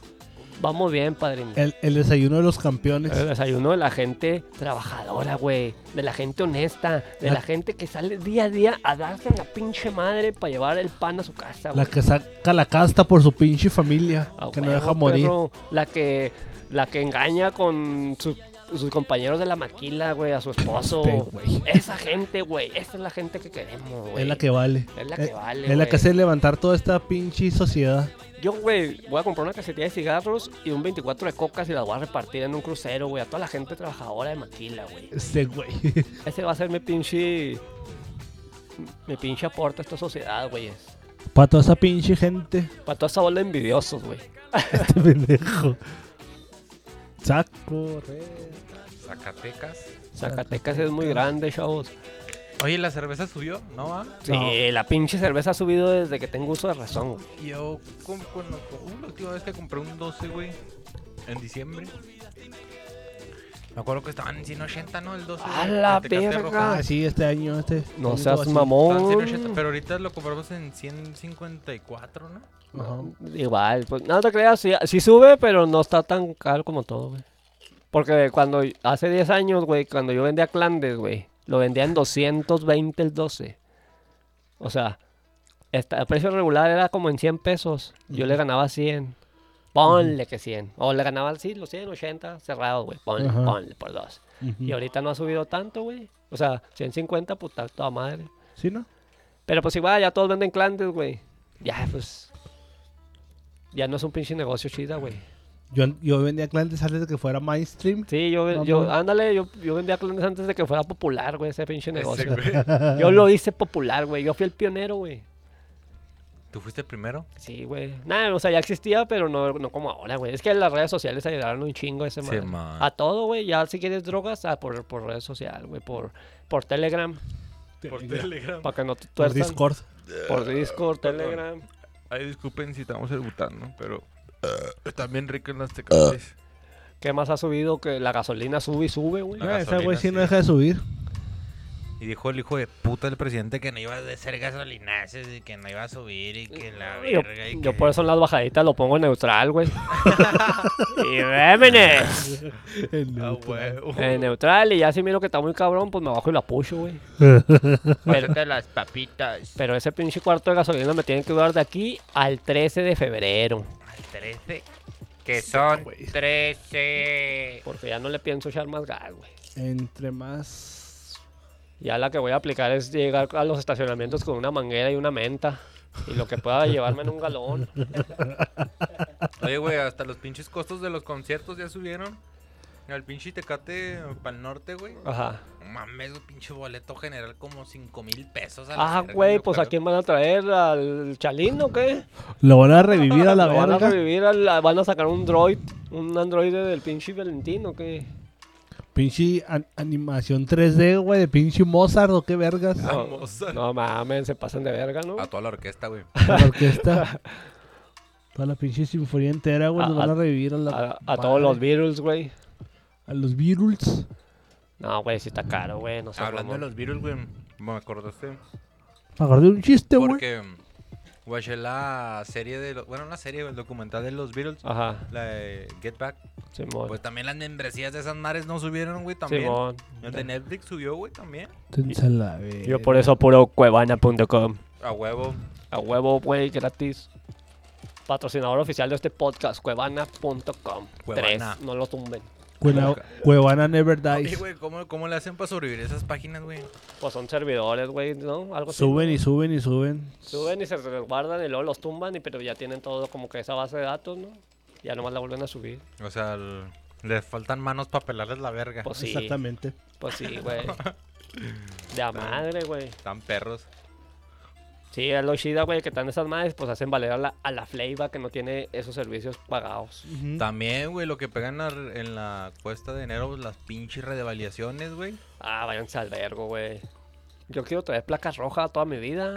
vamos bien, padrino.
El, el desayuno de los campeones.
El desayuno de la gente trabajadora, güey. De la gente honesta. De
La-
la gente que sale día a día a darse la pinche madre para llevar el pan a su casa,
La
güey.
que saca la casta por su pinche familia.
A
que no
Ah, huevo,
deja morir.
perro. La que, la que engaña con su- sus compañeros de la maquila, güey, a su esposo.
Este, güey.
Esa gente, güey. Esa es la gente que queremos, güey.
Es la que vale. Eh,
Es la que vale,
Es la
güey.
que hace levantar toda esta pinche sociedad.
Yo, güey, voy a comprar una casetilla de cigarros y un 24 de cocas y las voy a repartir en un crucero, güey. A toda la gente trabajadora de maquila, güey.
Este güey.
Ese va a ser mi pinche. Mi pinche aporte a esta sociedad, güey.
Para toda esa pinche gente.
Para toda esa bola de envidiosos, güey.
Este pendejo. Saco, re.
Zacatecas.
Zacatecas es muy grande, chavos.
Oye, ¿la cerveza subió? ¿No ¿ah? va?
Sí, la pinche cerveza ha subido desde que tengo uso de razón, güey.
Yo, con, con- con- la última vez que compré un 12, güey, en diciembre. Me acuerdo que estaban en 180, ¿no? El 12.
¡A
güey,
la
Tecate
verga!
Roja.
Ah, sí, este año. Este,
No
año
seas
todo así.
Estaban en 180,
mamón.
pero ahorita lo compramos en 154, ¿no?
Ajá.
Igual, pues no te creas, sí, sí sube, pero no está tan caro como todo, güey. Porque cuando hace 10 años, güey, cuando yo vendía Clandes, güey, lo vendía en 220 el 12. O sea, esta- el precio regular era como en 100 pesos. Yo le ganaba 100. Ponle que 100. O le ganaba, sí, los 180 cerrados, güey. Ponle,
Ajá.
ponle por dos.
Ujú.
Y ahorita no ha subido tanto, güey. O sea, 150, puta, toda madre.
¿Sí, no?
Pero pues igual, ya todos venden clandes, güey. Ya, pues. Ya no es un pinche negocio chida, güey.
Yo, yo vendía clandes antes de que fuera mainstream.
Sí, yo, yo ándale, yo, yo vendía clandes antes de que fuera popular, güey, ese pinche
Ese,
negocio.
güey.
yo lo hice popular, güey. Yo fui el pionero, güey.
¿Tú fuiste primero?
Sí, güey. Nada, o sea, ya existía, pero no, no como ahora, güey. Es que las redes sociales ayudaron un chingo a ese
Sí,
madre.
man.
A todo, güey. Ya si quieres drogas, ah, por, por redes sociales, güey. Por, por Telegram.
Por Telegram.
Para que no te
Por
tuerzan.
Discord.
Por Discord, Telegram.
Ay, disculpen si estamos el butano, pero. están bien ricas las tecates.
¿Qué más ha subido? Que la gasolina sube y sube, güey.
La
Ah, esa güey
gasolina,
sí no
sí.
deja de subir.
Ah,
Y dijo el hijo de puta del presidente que no iba a
De ser gasolinazos y que no iba a subir y que la
Eh, Yo,
verga y
yo
que-
por eso en las bajaditas lo pongo en neutral, güey. y vémenes.
Ah, huevo.
En neutral, y ya si miro que está muy cabrón, pues me bajo y la pucho, güey. pero,
Ahorita las papitas.
pero ese pinche cuarto de gasolina me tienen que durar de aquí al 13 de febrero.
Al 13. Que son 13.
Porque ya no le pienso echar más gas, güey.
Entre más.
Ya la que voy a aplicar es llegar a los estacionamientos con una manguera y una menta. Y lo que pueda llevarme en un galón.
Oye, güey, hasta los pinches costos de los conciertos ya subieron. Al pinche Tecate para el norte, güey.
Ajá.
No Mames, un pinche boleto general como 5 mil pesos. a la
Ah,
verga,
güey,
yo
pues
creo.
¿a quién van a traer? ¿Al Chalín o qué?
Lo van a revivir a la
Lo van a
verga.
revivir, al- van a sacar un droid, un androide del pinche Valentino, que
Pinche an- animación 3D, güey, de pinche Mozart o qué vergas.
Ah.
Ah, Mozart.
No mames, se pasan de verga, ¿no?
A toda la orquesta, güey.
La orquesta. Toda la pinche sinfonía entera, güey,
A-
los van a revivir a, la
A, a todos
madre.
los Beatles, güey.
A los Beatles.
No, güey, sí está caro, güey. No sé.
Hablando de los virus, güey, me acordaste.
Me acordé de un chiste, güey.
Porque guaché la serie de los. Bueno, una serie, güey, el documental de los Beatles.
Ajá,
La de Get Back.
Simón.
Pues también las membresías de esas mares no subieron, güey, también.
Simón.
El de Netflix subió, güey, también.
Tensa la verga.
Yo por eso puro cuevana.com.
A huevo.
A huevo, güey, gratis. Patrocinador oficial de este podcast, cuevana.com.
Cuevana.
Tres, no lo tumben.
Cuena- Cuevana Never Dies.
Oye, güey, ¿cómo, ¿cómo le hacen para sobrevivir esas páginas, güey?
Pues son servidores, güey, ¿no? Algo así,
Suben
¿no?
y suben y suben.
Suben y se resguardan y luego los tumban, y, pero ya tienen todo como que esa base de datos, ¿no? Ya nomás la vuelven a subir.
O sea, el- les faltan manos para pelarles la verga.
Pues sí,
Exactamente.
pues sí, güey. De a madre, güey.
Están perros.
Sí, es lo chida, güey, que están esas madres, pues hacen valer a la, a la Fleiva que no tiene esos servicios pagados.
Ujú.
También, güey, lo que pegan ar- en la cuesta de enero, pues, las pinches redevaliaciones, güey.
Ah, váyanse al vergo, güey. Yo quiero traer placa roja toda mi vida.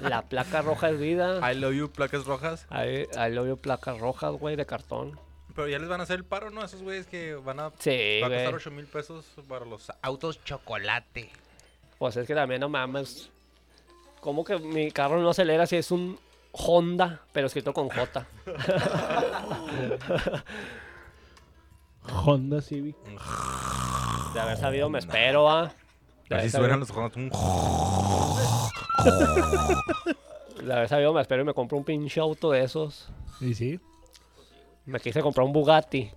La placa roja es vida.
I love you, placas rojas.
Ahí, ahí lo veo placas rojas, güey, de cartón.
Pero ya les van a hacer el paro, ¿no? Esos güeyes que van a...
Sí,
va a
güey.
costar 8 mil pesos para los autos chocolate.
Pues es que también no mames. ¿Cómo que mi carro no acelera si es un Honda, pero escrito con J?
Honda Civic.
De haber sabido, me espero, ah. De haber
Así
sabido-
suenan los jonas. un
de haber sabido, me espero y me compro un pinche auto de esos.
Y sí.
Me quise comprar un Bugatti.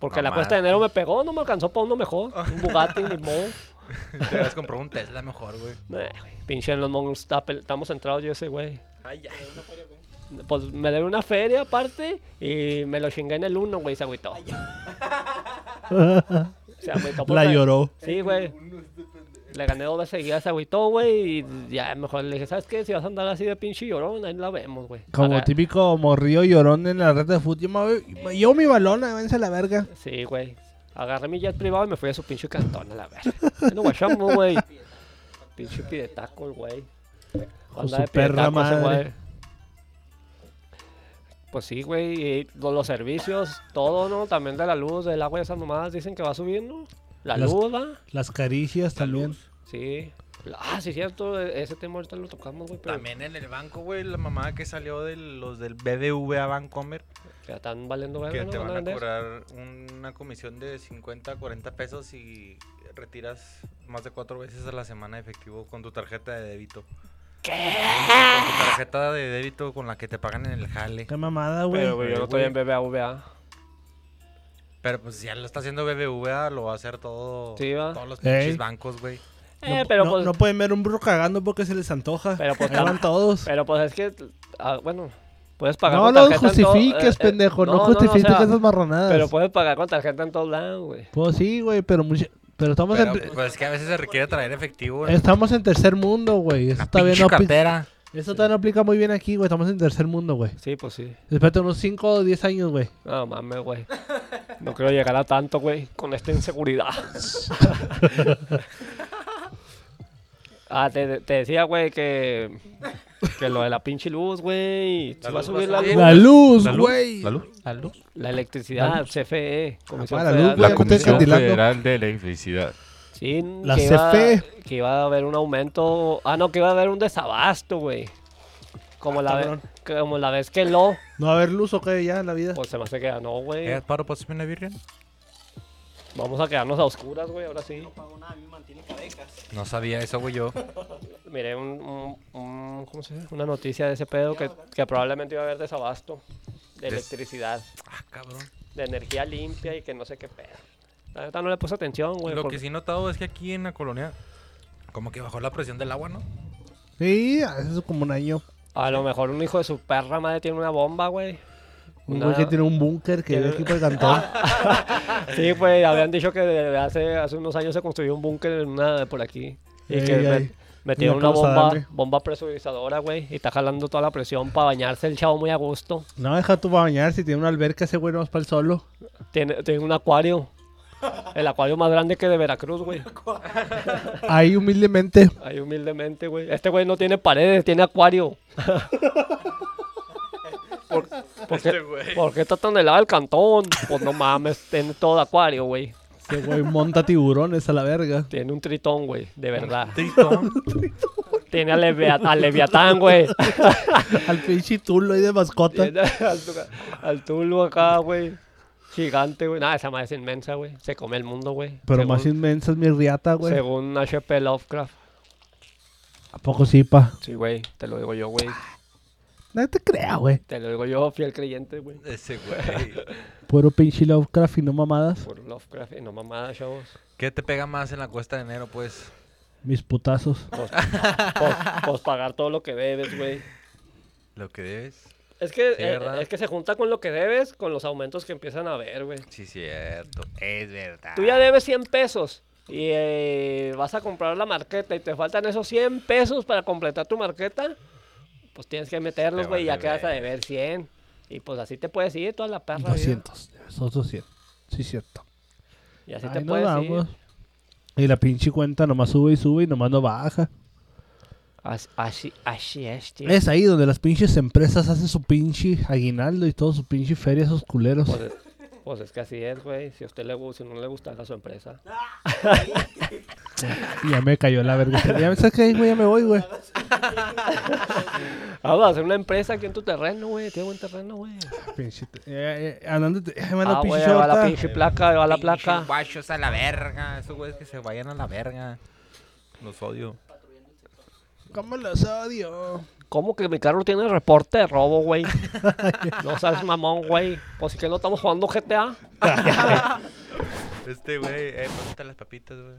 Porque
No
la cuesta de
mames.
enero me pegó, no me alcanzó para uno mejor. Un Bugatti, ni modo.
Te vas a comprar un Tesla mejor, güey.
Eh, güey, pinche Elon Musk está pel- estamos centrados yo y ese güey. Pues me debe una feria aparte y me lo chingué en el uno, güey, se agüitó. Se agüitó por
La
la-
lloró.
Sí, güey. Le gané dos veces seguidas, se agüitó, güey, y ya mejor le dije, ¿sabes qué? Si vas a andar así de pinche llorón, ahí la vemos, güey.
Como
Para-
típico morrillo llorón en la red de fútbol. Yo, me- yo mi balón, avance la verga.
Sí, güey. Agarré mi jet privado y me fui a su pinche cantón a la verga. En Guachamo, güey. Pinche pidetaco, el güey.
Con
Banda
su
de
perra
pidetacos, ese
madre.
güey. Pues sí, güey. Y los, los servicios, todo, ¿no? También de la luz, del agua y esas mamadas dicen que va subiendo. La
Las-
luz, ¿va?
Las caricias también.
Sí. La- Ah, sí, cierto. e- Ese tema ahorita lo tocamos, güey. Pero
También en el banco, güey, la mamá que salió de los del BBVA Bancomer,
ya están valiendo
que
verga,
te
¿no?
van a
vender.
cobrar una comisión de 50 a 40 pesos si retiras más de cuatro veces a la semana de efectivo con tu tarjeta de débito. ¿Qué? Con tu tarjeta de débito con la que te pagan en el jale.
Qué mamada, güey.
Pero, güey, yo no estoy en BBVA.
Pero pues ya lo está haciendo BBVA, lo va a hacer todo,
Sí, va.
todos
Ey.
los pinches bancos, güey.
Eh,
no,
pero
no-
pues...
no pueden ver un burro cagando porque se les antoja.
Pero pues
Ahí van
tam-
todos.
Pero pues es que, ah, bueno, puedes pagar
No
con
lo
tarjeta en todo-
justifiques,
eh, eh,
pendejo. No,
o
justifiques
sea,
esas marronadas.
Pero pues, puedes pagar con tarjeta en todos lados, güey.
Pues sí, güey, pero, mucha- pero estamos,
Pero
en...
pues es que a veces se requiere traer efectivo. en
estamos en tercer mundo, güey. Eso,
La
todavía
pinche
no apli-
cartera.
eso todavía no aplica muy bien aquí, güey. Estamos en tercer mundo, güey.
Sí, pues sí.
Espérate unos 5 o 10 años, güey.
No mames, güey. No creo llegar a tanto, güey, con esta inseguridad. ah, te, te decía, güey, que, que lo de la pinche luz, güey. Se va a
luz va a
subir la
subir.
luz.
Eh, La luz, güey.
La luz.
La electricidad, CFE. Comisión
Apaga Ah,
Federal de
la luz, güey,
La
Ya conté
Comisión
Candilaco.
Federal de Electricidad.
Sí,
La
que iba,
CFE.
que iba a haber un aumento. Ah, no, que iba a haber un desabasto, güey. Como,
Ah,
la vez,
cabrón.
como la vez que lo.
No va a haber luz o qué ya en la vida.
Pues se me hace que ganó,
¿Eh,
güey.
paro para subir una virgen?
Vamos a quedarnos a oscuras, güey, ahora sí.
No sabía eso, güey, yo.
Miré un, un- un- ¿cómo se dice? una noticia de ese pedo que, que probablemente iba a haber desabasto de
Des-
electricidad,
Ah, cabrón.
de energía limpia y que no sé qué pedo. La neta no le puse atención, güey.
Lo
porque-
que sí he notado es que aquí en la colonia, como que bajó la presión del agua, ¿no?
Sí, ah, eso es como un año.
A lo mejor un hijo de su perra madre tiene una bomba, güey.
Un
Una-
güey que tiene un búnker que vive aquí por el cantón.
Sí, pues habían dicho que desde hace, hace unos años se construyó un búnker en una por aquí. Y
Ey,
que
ey.
met- metieron
Una
una
causa
bomba,
grande.
bomba presurizadora, güey. Y está jalando toda la presión para bañarse el chavo muy a gusto.
No, deja tú para bañar si tiene una alberca ese güey no es para el solo.
Tiene, tiene un acuario. El acuario más grande que de Veracruz, güey.
Ahí humildemente.
Ahí humildemente, güey. Este güey no tiene paredes, tiene acuario. ¿Por, por qué, Este por qué está tan helado el cantón? Pues no mames, tiene todo acuario, güey.
Ese güey monta tiburones a la verga.
Tiene un tritón, güey, de verdad.
Tritón.
Tiene a, Levia- a Leviatán, güey.
Al pinche tulo ahí de mascota.
Tiene al, tu- al Tulu acá, güey. Gigante, güey. Nada, esa madre es inmensa, güey. Se come el mundo, güey.
Pero
Según-
más inmensa es mi riata, güey.
Según H.P. Lovecraft.
¿A poco sí, pa?
Sí, güey. Te lo digo yo, güey.
No te creas, güey.
Te lo digo yo, fiel creyente, güey.
Ese güey.
Puro pinche Lovecraft y no mamadas.
Por Lovecraft y no mamadas, chavos.
¿Qué te pega más en la cuesta de enero, pues?
Mis putazos.
Pues, pues- pues pagar todo lo que debes, güey.
Lo que debes.
Es que, eh,
¿verdad?
es que se junta con lo que debes, con los aumentos que empiezan a ver, güey.
Sí, cierto. Es verdad.
Tú ya debes 100 pesos y eh, vas a comprar la marqueta y te faltan esos 100 pesos para completar tu marqueta, pues tienes que meterlos,
Te
güey, y ya
vale
quedas a
ver.
deber 100. Y pues así te puedes ir toda la perra. vida.
200. Son 200. Sí, cierto.
Y así te
Ahí nos
puedes ir.
vamos. Y la pinche cuenta nomás sube y sube y nomás no baja.
As- Así, así es, tío.
Es ahí donde las pinches empresas hacen su pinche aguinaldo y todo su pinche feria, esos culeros.
Pues es, pues es que así es, güey. Si a usted le gusta, si no le gusta, haga su empresa.
Y ya me cayó la verga. Ya me saqué, güey, ya me voy, güey.
Vamos Ah, a hacer una empresa aquí en tu terreno, güey. Tiene buen terreno, güey.
Pinche. te- Eh, eh, andando. te- eh, manda
Ah,
pinche
güey, va la
shorta.
pinche placa, va la
Pinches
placa.
Guachos a la verga. Esos güeyes que se vayan a la verga.
Los odio.
¿Cómo los odio?
¿Cómo que mi carro tiene reporte de robo, güey? No sabes, mamón, güey. Pues que no estamos jugando GTA.
Este güey, eh, ponte las papitas, güey.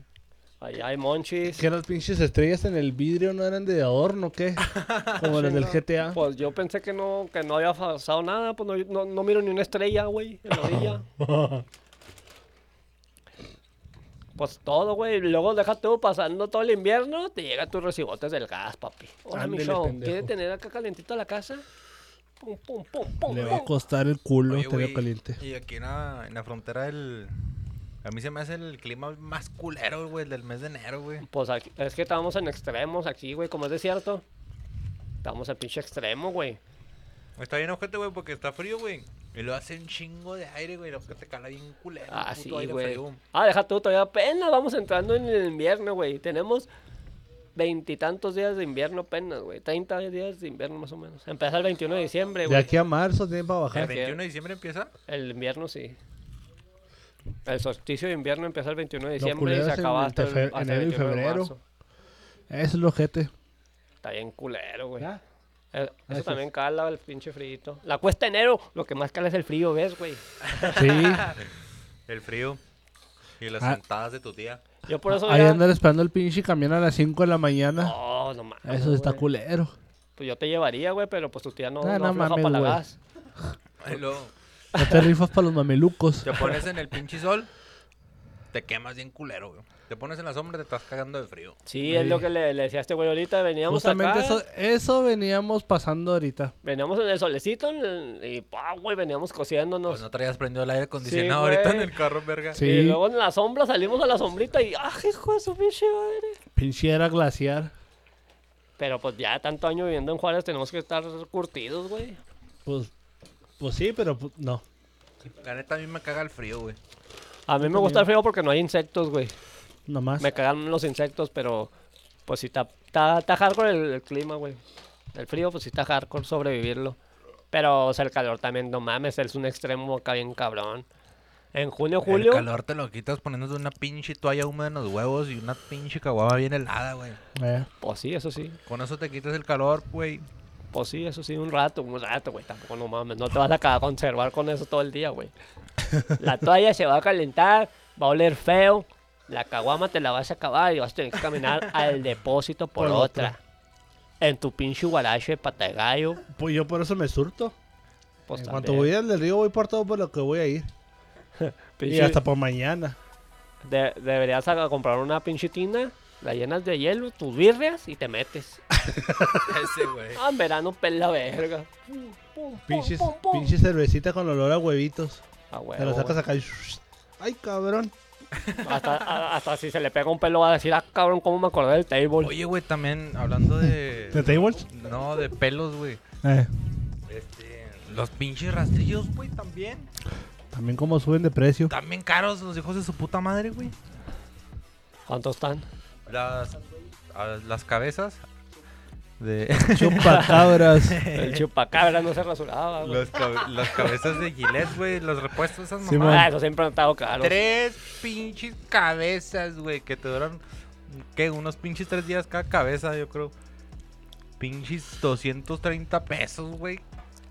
Ahí hay monchis.
Que las pinches estrellas en el vidrio no eran de adorno, ¿qué? Como las del GTA.
Pues yo pensé que no, que no había pasado nada, pues no, no, no miro ni una estrella, güey, en la orilla. Pues todo, güey. y Luego deja tú pasando todo el invierno, te llega tus recibotes del gas, papi. Hola, mi
Ándele,
show.
pendejo.
¿Quiere tener acá calentito la casa? Pum, pum, pum, pum.
Le va
pum.
a costar el culo
Oye,
tener
güey,
caliente.
Y aquí en la, en la frontera el... A mí se me hace el clima más culero, güey, el del mes de enero, güey.
Pues aquí- es que estábamos en extremos aquí, güey, como es desierto. Estamos en pinche extremo, güey.
Está bien ojete, güey, porque está frío, güey. Y lo hace un chingo de aire, güey, lo que te cala bien culero.
Ah,
puto
sí,
aire
güey.
frío.
Ah, deja tú, todavía apenas vamos entrando en el invierno, güey. Tenemos veintitantos días de invierno apenas, güey. Treinta días de invierno más o menos. Empieza el 21 de diciembre,
De
güey.
aquí a marzo tienen para
¿El
bajar.
Aquí.
21 de diciembre empieza?
El invierno sí. El solsticio de invierno empieza el 21 de
Los
diciembre y se
culeros en
acaba
el
hasta el,
tefe-
hasta el
enero y
21 de
febrero.
marzo.
Eso es lo ojete.
Está bien culero, güey.
Ah,
Ya.
Eh, Eso
Gracias.
también cala el pinche frío. La cuesta de enero, lo que más cala es el frío, ¿ves, güey?
Sí.
El frío. Y las
Ah.
sentadas de tu tía.
Yo por eso
Ahí
ya-
andar esperando el pinche camión a las 5 de la mañana.
No, no mames,
Eso está
Oh, güey.
culero.
Pues yo te llevaría, güey, pero pues tu tía no,
Ah,
no,
no
afloja
mames,
para la
güey.
gas.
Y luego
No te rifas para los mamelucos.
te pones en el pinche sol, te quemas bien culero, güey. Te pones en la sombra, te estás cagando de frío.
Sí, es lo que le, le decía a este güey ahorita. Veníamos
Justamente
acá,
eso, eso veníamos pasando ahorita.
veníamos en el solecito en el- y, pa, güey, veníamos cociéndonos.
Pues no traías prendido el aire acondicionado
güey.
ahorita en el carro, verga.
Sí,
Y luego en la sombra salimos a la sombrita y, ¡ah, hijo de su pinche madre!
pinche era glaciar.
Pero pues ya tanto año viviendo en Juárez tenemos que estar curtidos, güey.
Pues, pues sí, pero pues, no.
La neta a mí me caga el frío, güey.
A
pues
mí me gusta el frío porque no hay insectos, güey.
Nomás.
Me cagan los insectos, pero pues si está, está, está hardcore el, el clima, güey. El frío, pues si está hardcore sobrevivirlo. Pero, o sea, el calor también, no mames, es un extremo acá bien cabrón. En junio, julio,
El calor te lo quitas poniéndote una pinche toalla húmeda en los huevos y una pinche caguaba bien helada, güey.
Eh,
pues sí, eso sí.
Con eso te quitas el calor, güey.
Pues sí, eso sí, un rato, un rato, güey. Tampoco, no mames, no te vas a ca- conservar con eso todo el día, güey. La toalla se va a calentar, va a oler feo. La caguama te la vas a acabar y vas a tener que caminar al depósito por,
Por
otra.
otra.
En tu pinche guarache, pata de gallo.
pues yo por eso me surto.
Pues
en cuanto
también.
voy al del río, voy por todo por lo que voy a ir. Y
Pinche-
hasta por mañana.
de- deberías a- comprar una pinche tina, la llenas de hielo, tus birrias y te metes.
Ese, güey.
Ah, en verano pela verga. Pum, pum, pum,
Pinches,
pum, pum.
pinche cervecita con olor a huevitos.
Ah,
Te la
huevo,
sacas
güey.
acá y... Ay, cabrón.
Hasta, a- hasta si se le pega un pelo va a decir, ah, cabrón, ¿cómo me acordé del table?
Oye, güey, también hablando de.
¿De tables?
No, de pelos, güey.
Eh,
Este, los pinches rastrillos, güey, también.
también como suben de precio.
También caros los hijos de su puta madre, güey.
¿Cuántos están?
Las, a- las cabezas de
Chupacabras.
El chupacabra no se rasuraba, güey.
las, cabe- las cabezas de Gillette, güey, los repuestos esas
Sí,
mamadas.
Ah, eso siempre han estado caros.
Tres pinches cabezas, güey, que te duran ¿qué? unos pinches tres días cada cabeza, yo creo. Pinches 230 pesos, güey.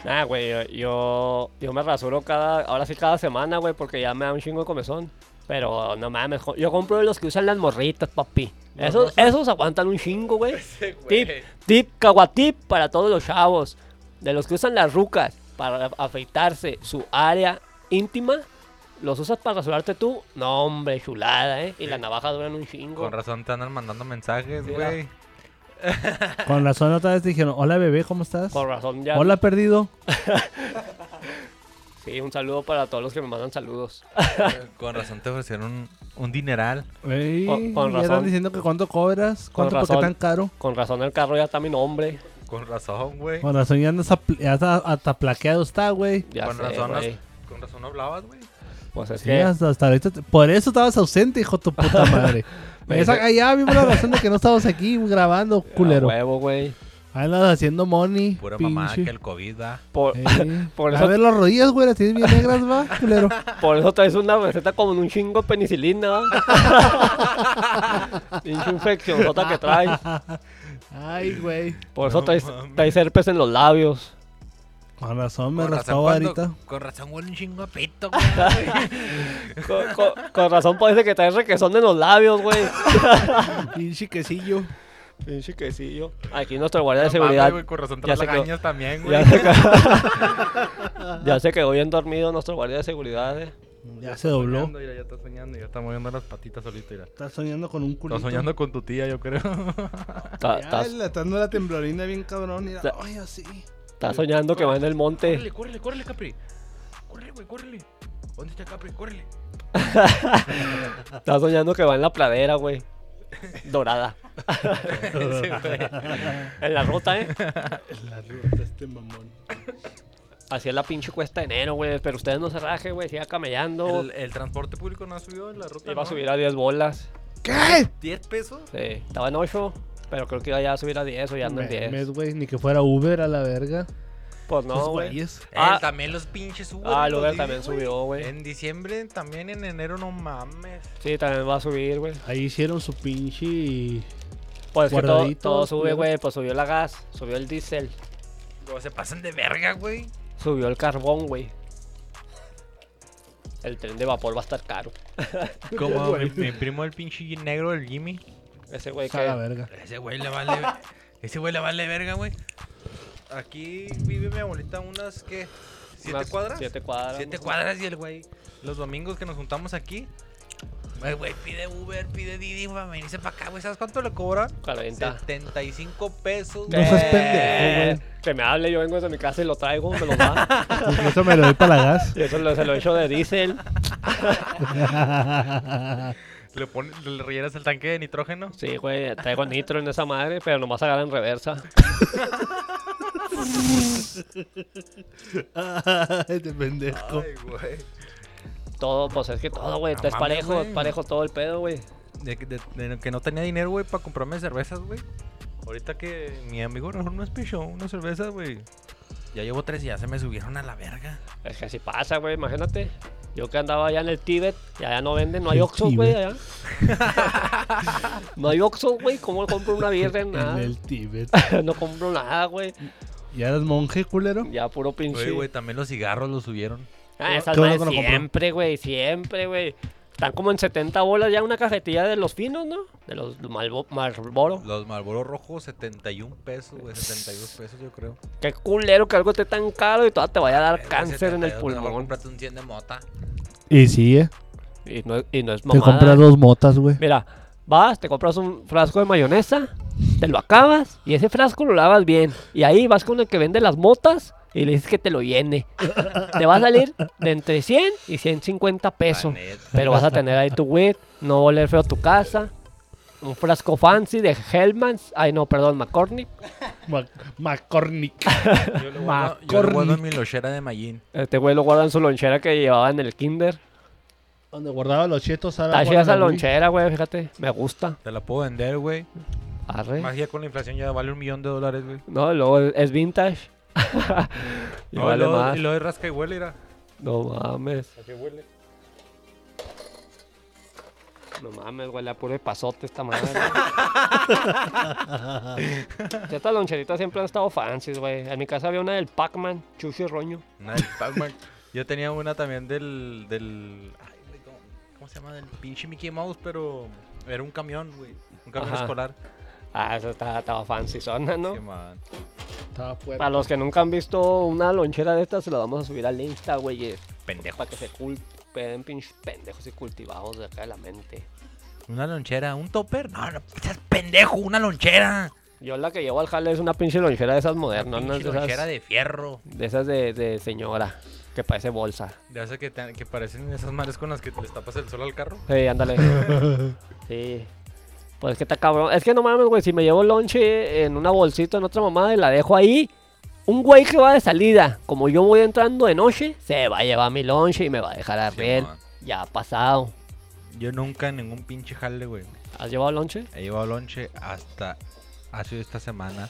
Nah, güey, yo, yo, yo me rasuro cada, ahora sí cada semana, güey, porque ya me da un chingo de comezón. Pero no mames, jo- yo compro los que usan las morritas, papi. Esos, esos aguantan un chingo, güey. Tip, tip, caguatip para todos los chavos. De los que usan las rucas para afeitarse su área íntima, los usas para rasurarte tú. No, hombre, chulada, ¿eh? Y las navajas duran un chingo.
Con razón te andan mandando mensajes,
Sí, la-
güey.
Con la zona otra vez te dijeron, hola bebé, ¿cómo estás?
Con razón, ya.
Hola perdido.
Sí, un saludo para todos los que me mandan saludos.
Con razón te ofrecieron un, un dineral.
Ey,
Con- con
ya
razón.
están diciendo que cuánto cobras,
Con
cuánto porque
razón.
tan caro.
Con razón, el carro ya está mi nombre.
Con razón, güey.
Con razón ya andas apl- ya hasta, hasta plaqueado está, güey.
Ya
Con
sé,
razón,
güey.
has- con razón hablabas, güey.
Pues es
Sí,
que-
hasta, hasta ahorita. te- Por eso estabas ausente, hijo de tu puta madre.
Me
Esa,
dice-
ah, ya vimos la razón de que no estabas aquí grabando, culero.
A huevo, Ah, güey.
Andas haciendo money.
Pura
pinche.
mamá que el COVID da.
Por,
Ey.
por
A
eso-
ver las rodillas, güey, las tienes bien negras, va, culero.
por eso traes una receta como en un chingo de penicilina. ¿va? Pinche infección jota que traes.
Ay, güey.
Por eso traes, traes herpes en los labios.
Con razón me
Con razón
raspaba
cuando-
ahorita.
Con razón huele un chingo a pito, güey.
Con, con- con razón parece que traes requesón en los labios, güey.
Pinche quesillo.
Pinche quesillo. Aquí nuestro guardia de
No mames,
seguridad.
güey, con razón
ya
trae
se quedó-
lagañas también, güey.
ya, se quedó- ya se quedó bien dormido nuestro guardia de seguridad. eh.
Ya se dobló.
Soñando, mira, ya está soñando, ya está moviendo las patitas solito, mira.
Estás soñando con un culito.
Está soñando con tu tía, yo creo.
Está,
Ya,
está-
le está dando la temblorina bien cabrón. mira.
Ta-
Ay, así.
está soñando que va en el monte.
Córrele, córrele, córrele, Capri. Córrele, güey, córrele. ¿Dónde está Capri? Córrele.
Está soñando que va en la pradera, güey. Dorada.
Sí, güey.
En la ruta, eh.
La ruta este mamón.
Así es la pinche cuesta de enero, güey. Pero ustedes no se raje, güey. Siga camellando.
el, el transporte público no ha subido en la ruta.
Iba a
¿no?
subir a 10 bolas.
¿Qué?
¿10 pesos?
Sí, estaba en 8. Pero creo que iba ya a subir a 10 o ya ando en 10.
Mes, güey, ni que fuera Uber a la verga.
Pues
Esos
no, güey.
güeyes.
Ah.
Eh, también los pinches Uber.
Ah, el
los
Uber
Didi,
también
güey.
subió, güey.
En diciembre, también en enero, no mames.
Sí, también va a subir, güey.
Ahí hicieron su pinche. y-
Pues es que todo,
Guardaditos,
todo sube,
culeros.
güey. Pues subió la gas, subió el diésel,
Luego se pasan de verga, güey.
subió el carbón, güey. El tren de vapor va a estar caro.
Como mi, mi primo el pinche negro, el Jimmy.
Ese güey
A la
que.
verga.
Ese güey le vale. ese güey le vale verga, güey. Aquí vive mi abuelita unas que. ¿Siete
unas
cuadras? Siete,
Siete cuadras. güey.
cuadras y el güey. Los domingos que nos juntamos aquí. El güey pide Uber, pide Didi, güey, venirse para acá, güey. ¿Sabes cuánto le cobra?
Cuarenta.
75 pesos,
No seas pendejo,
Eh, Que me hable, yo vengo desde mi casa y lo traigo, me lo da.
güey. Eso me lo doy para la gas.
y eso lo- se lo echo de diésel.
Le, pones- le rellenas el tanque de nitrógeno.
Sí, güey, traigo nitro en esa madre, pero nomás agarra en reversa.
Este pendejo.
Ay, güey.
Todo, pues es que todo, güey,
No
es
mames,
parejo,
güey.
es parejo todo el pedo, güey.
De, que- de- de que no tenía dinero, güey, para comprarme cervezas, güey. Ahorita que mi amigo mejor nos pichó unas cervezas, güey. Ya llevo tres y ya se me subieron a la verga.
Es que así pasa, güey, imagínate. Yo que andaba allá en el Tíbet, y allá no venden, no hay
El
Oxxo, güey,
Tíbet.
allá. no hay Oxxo, güey, ¿cómo compro una birra en
En
nada?
el Tíbet.
no compro nada, güey.
¿Ya eras monje, culero?
Ya puro
Oye,
pinche.
güey, también los cigarros los subieron.
Ah,
Qué
esas madres
bueno que no compró.
siempre, güey, siempre, güey. Están como en 70 bolas ya una cajetilla de los finos, ¿no? De los Malbo- Marlboro.
Los Marlboro rojos, 71 pesos, güey. 72 pesos, yo creo.
Qué culero que algo esté tan caro y todavía te vaya a dar
Eh,
cáncer en el
72, mejor
pulmón.
Cómprate un 100 de mota.
Y sí, eh.
Y no, y no es
Te compras
mamada.
dos motas, güey.
Mira, vas, te compras un frasco de mayonesa, te lo acabas y ese frasco lo lavas bien. Y ahí vas con el que vende las motas y le dices que te lo llene. te va a salir de entre 100 y 150 pesos. Pero vas a tener ahí tu weed, no va a oler feo tu casa. Un frasco fancy de Hellman's. Ay, no, perdón, McCormick.
Ma- McCormick.
Yo lo guardo, yo lo guardo en mi lochera de Mayín.
Este güey lo guarda en su lonchera que llevaba en el kinder.
Donde guardaba los chetos. ahora
Está chida
guardan
esa
Ah, la Wii.
lonchera, güey, fíjate. Me gusta.
Te la puedo vender, güey.
Arre.
Magia con la inflación ya vale un millón de dólares, güey.
No, luego es- es vintage. y
No, y
vale
luego-
más.
Y lo de rasca y huele, era.
No mames.
¿A qué huele?
No mames, huele a puro pasote esta madre. Estas loncheritas siempre han estado fancy, güey. En mi casa había una del Pac-Man, Chucho y Roño.
Una del Pac-Man. Yo tenía una también del. del ay, güey, ¿cómo, cómo se llama? Del pinche Mickey Mouse, pero era un camión, güey. Un camión
Ajá.
escolar.
Ah, eso estaba, estaba fancy zona, ¿no?
Qué mal.
Estaba fuerte.
Para los que nunca han visto una lonchera de estas, se la vamos a subir al Insta, güey. eh,
Pendejo.
Para que se culpen, pinches pendejos y cultivados de acá de la mente.
Una lonchera, un topper. No, no, seas pendejo, una lonchera.
Yo la que llevo al jale es una pinche lonchera de esas modernas,
Una
¿no? de
lonchera
esas,
de fierro.
de, esas de, de señora, que parece bolsa.
De hace que, te- que parecen esas madres con las que les tapas el sol al carro.
Sí, ándale. sí. Pues es que está cabrón. Es que no mames, güey, si me llevo lonche en una bolsita, en otra mamada, y la dejo ahí, un güey que va de salida, como yo voy entrando de noche, se va a llevar mi lonche y me va a dejar a riel.
Simón.
ya ha pasado.
Yo nunca en ningún pinche jale, güey.
¿Has llevado lonche?
He llevado lonche hasta hace esta semana.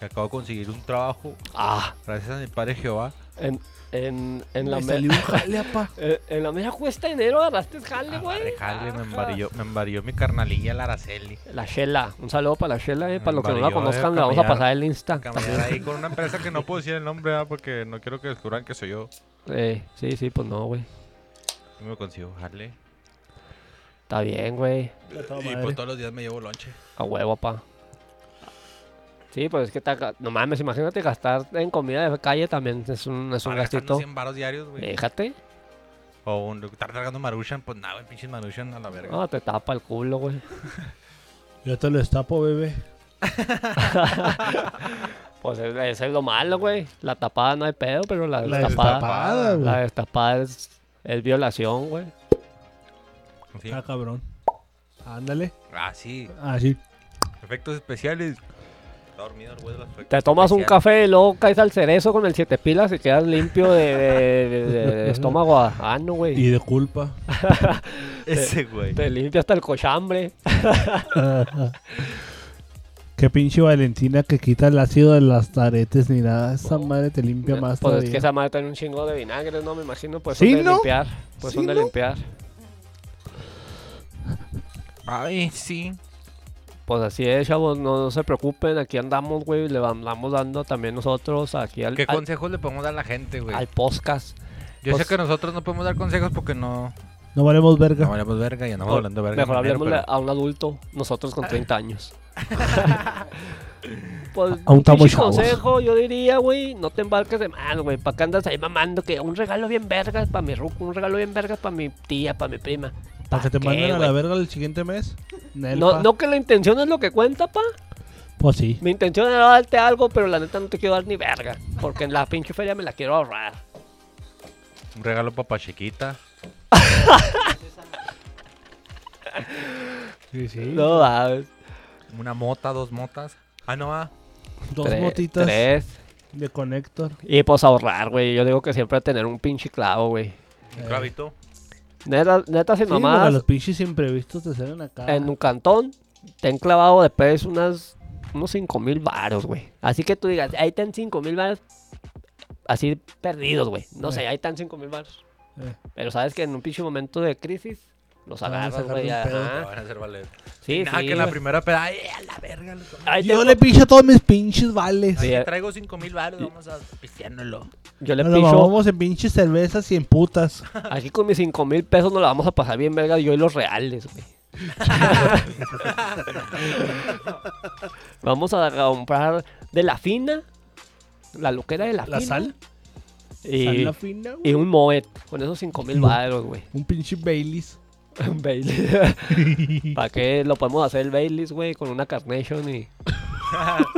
Que acabo de conseguir un trabajo.
Ah,
Gracias a mi padre Jehová.
en, en, en la
Me
me-
salió un jale, apa.
eh, en la mera cuesta de enero agarraste jale,
Agarré
güey.
jale, me
Ajá.
embarilló, me embarilló mi carnalilla, la Araceli.
La Shela, un saludo para la Shela, eh. para los que no la
Valió, eh,
conozcan, la vamos a
caminar.
pasar el Insta.
Caminar ahí con una empresa que no puedo decir el nombre, ¿verdad? porque no quiero que descubran que soy yo.
Eh, sí, sí, pues no, güey.
Yo me consigo jale.
Está bien, güey.
De toda
Y
madre.
pues todos los días me llevo lonche.
A huevo, pa. Sí, pues es que está, ca- no mames, imagínate gastar en comida de calle también es un, es un
Ahora gastando
gastito.
100 baros diarios, güey.
Déjate.
O un, estar tragando Marushan, pues nada, güey, pinches Marushan a la verga.
No, te tapa el culo, güey.
Yo te lo destapo, bebé.
Pues es- eso es lo malo, güey. La tapada no hay pedo, pero la,
La
destapada.
destapada, güey.
La destapada es, es violación, güey.
En fin.
Ah, cabrón. Ándale.
Ah, sí.
Así.
Efectos especiales. Está dormido el güey de los efectos
Te tomas un
especiales.
café y luego caes al cerezo con el siete pilas y quedas limpio de, de- de- de- de estómago a ah, no, güey.
Y de culpa.
Ese güey.
Te limpia hasta el cochambre.
Qué pinche Valentina que quita el ácido de las taretes ni nada. Esa madre te limpia
Pues es
más todavía.
que esa madre tiene un chingo de vinagre, ¿no? Me imagino, pues
¿Sí,
son de
no?
limpiar. Pues
¿Sí,
son de
no?
limpiar.
Ay, sí.
Pues así es, chavos, no, no se preocupen, aquí andamos, güey, le andamos dando también nosotros aquí al,
¿Qué
al,
consejos le podemos dar a la gente, güey?
al podcast.
Yo
pues-
sé que nosotros no podemos dar consejos porque no,
No valemos verga.
no hablamos verga y andamos hablando verga.
Mejor
primero,
hablemos
pero-
a un adulto, nosotros con 30 años. pues,
Aún estamos
pinche
chavos.
consejo, yo diría, güey, no te embarques de mal, güey, para que andas ahí mamando que un regalo bien vergas para mi ruco, un regalo bien vergas para mi tía, para mi prima.
Para que te
qué,
manden a
güey?
la verga el siguiente mes. Nel,
No,
pa.
no que la intención es lo que cuenta, pa.
Pues sí.
Mi intención era darte algo, pero la neta no te quiero dar ni verga. Porque en la pinche feria me la quiero ahorrar.
Un regalo papá chiquita.
No ah, mames.
Una mota, dos motas. Ah, no, ah.
Dos
Tres-
motitas
Tres.
de conector.
Y pues ahorrar, güey. Yo digo que siempre tener un pinche clavo, güey.
Un clavito.
Neta, neta sin
Eh, Sí, porque
mamadas,
los pinches imprevistos te salen acá.
en un cantón, te han clavado de pez unas, unos cinco mil varos, güey. Así que tú digas, ahí están cinco mil varos. Así perdidos, güey. No sé, ahí están cinco mil varos.
Eh.
Pero sabes que en un pinche momento de crisis, los
Te van a
agarras,
sacar
güey.
de Ah, un pedo.
Te
ajá.
van a hacer valer.
Ah. Sí,
Nada,
sí,
que en la
güey.
primera peda. Ay, a la verga. Lo tomé.
Ahí
Yo
tengo-
le pincho todos mis pinches vales.
Sí,
Aquí
eh.
traigo cinco mil baros. Vamos a pisteárnoslo.
Yo le
Nos
picho,
vamos en pinches cervezas y en putas.
aquí con mis 5 mil pesos nos la vamos a pasar bien, verga, yo y los reales, güey. vamos a comprar de la fina, la loquera de la,
La
fina.
sal.
Y,
sal la fina, güey.
y un moet, con esos 5 mil
No.
baros, güey.
Un pinche Baileys.
Un Baileys. ¿Para qué lo podemos hacer el Baileys, güey? Con una Carnation y...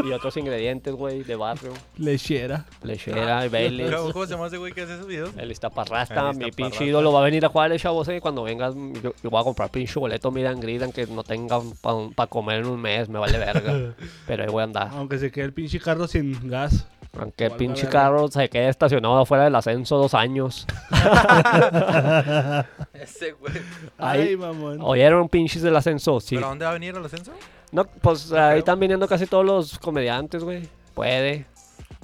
y otros ingredientes, güey, de barrio.
Lechera.
Lechera, Baileys.
Luego, ¿Cómo se llama ese güey que hace esos videos?
El Iztaparrasta,
El
mi
Iztaparrasta.
pinche ídolo va a venir a Juárez, chavos, eh. Cuando vengas, yo, yo voy a comprar pinche boleto, miran, gritan que no tengan para comer en un mes, me vale verga. Pero ahí voy a andar.
Aunque se quede el pinche carro sin gas.
Aunque el
Valga
pinche
verga.
carro se quede estacionado afuera del ascenso dos años.
Ese güey.
Ay,
Ay, mamón.
¿Oyeron pinches del ascenso? Sí.
¿Pero a dónde va a venir el ascenso?
No, pues ahí están viniendo casi todos los comediantes, güey. Puede.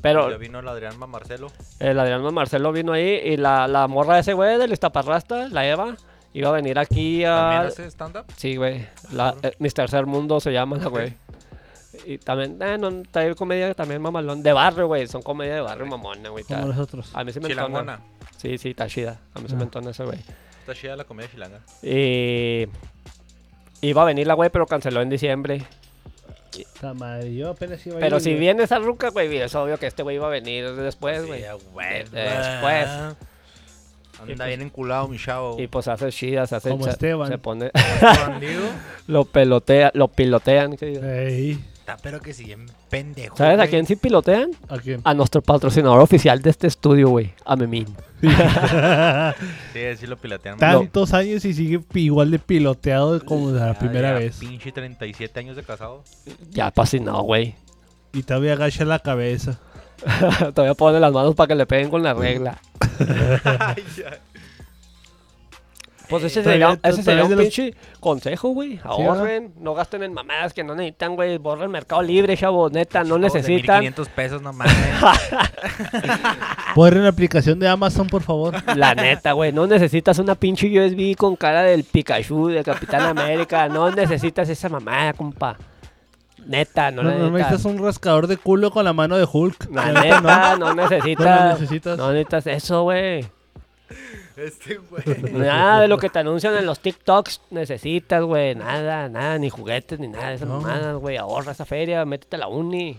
Pero
Ya vino el Adrián Marcelo.
El Adriano Marcelo vino ahí y la, la morra de ese güey del Iztaparrasta, la Eva, iba a venir aquí
¿También
a...
hace stand-up?
Sí, güey. La, eh, Mis Tercer Mundo se llama la güey. Y también, eh, no, trae comedia también mamalón. De barrio, güey. Son comedia de barrio mamona, güey.
Como
está-
nosotros.
A mí se me entona.
Chilangona.
Sí, sí, está chida. A mí se me entona ese güey.
Está chida la comida chilanga.
Y... Iba a venir la güey, pero canceló en diciembre.
Esta madre, yo apenas iba a
Pero
ir,
si
güey.
viene esa ruca, güey, es obvio que este güey iba a venir después, güey.
Eh,
Después.
Anda bien enculado, mi chavo.
Y pues hace chida, se hace...
Como
se-
Esteban.
Se pone...
pues bandido?
Lo pelotea, lo pilotean.
Eh,
querido.
Ey,
Está pero que sí, bien pendejo.
¿Sabes a
güey.
quién sí pilotean?
¿a quién?
A nuestro patrocinador oficial de este estudio, güey. A Memín.
Sí, sí lo pilotean.
Ta-
Tantos años y sigue pi- igual de piloteado como la
Ya,
primera
ya,
vez.
Pinche 37 años de casado.
Ya pasinado, güey.
Y todavía agacha la cabeza.
Todavía pone las manos para que le peguen con la regla. Pues ese
Todavía-
sería, ese
todavía
sería un
de los-
pinche consejo, güey. Ahorren, no gasten en mamadas que no necesitan, güey. Borren Mercado Libre, chavos, neta, no
Chavos de
necesitan.
1500 pesos nomás. eh.
Borren la aplicación de Amazon, por favor.
La neta, güey, no necesitas una pinche USB con cara del Pikachu, de Capitán América. No necesitas esa mamada, compa. Neta, no,
No,
la
no necesitas un rascador de culo con la mano de Hulk.
La
La neta,
neta,
no.
no
No lo
necesitas.
necesitas.
No necesitas eso, güey.
Este güey.
Nada de lo que te anuncian en los TikToks necesitas, güey. Nada, nada, ni juguetes, ni nada de esas
No.
mamadas, güey. Ahorra esa feria, métete a la uni.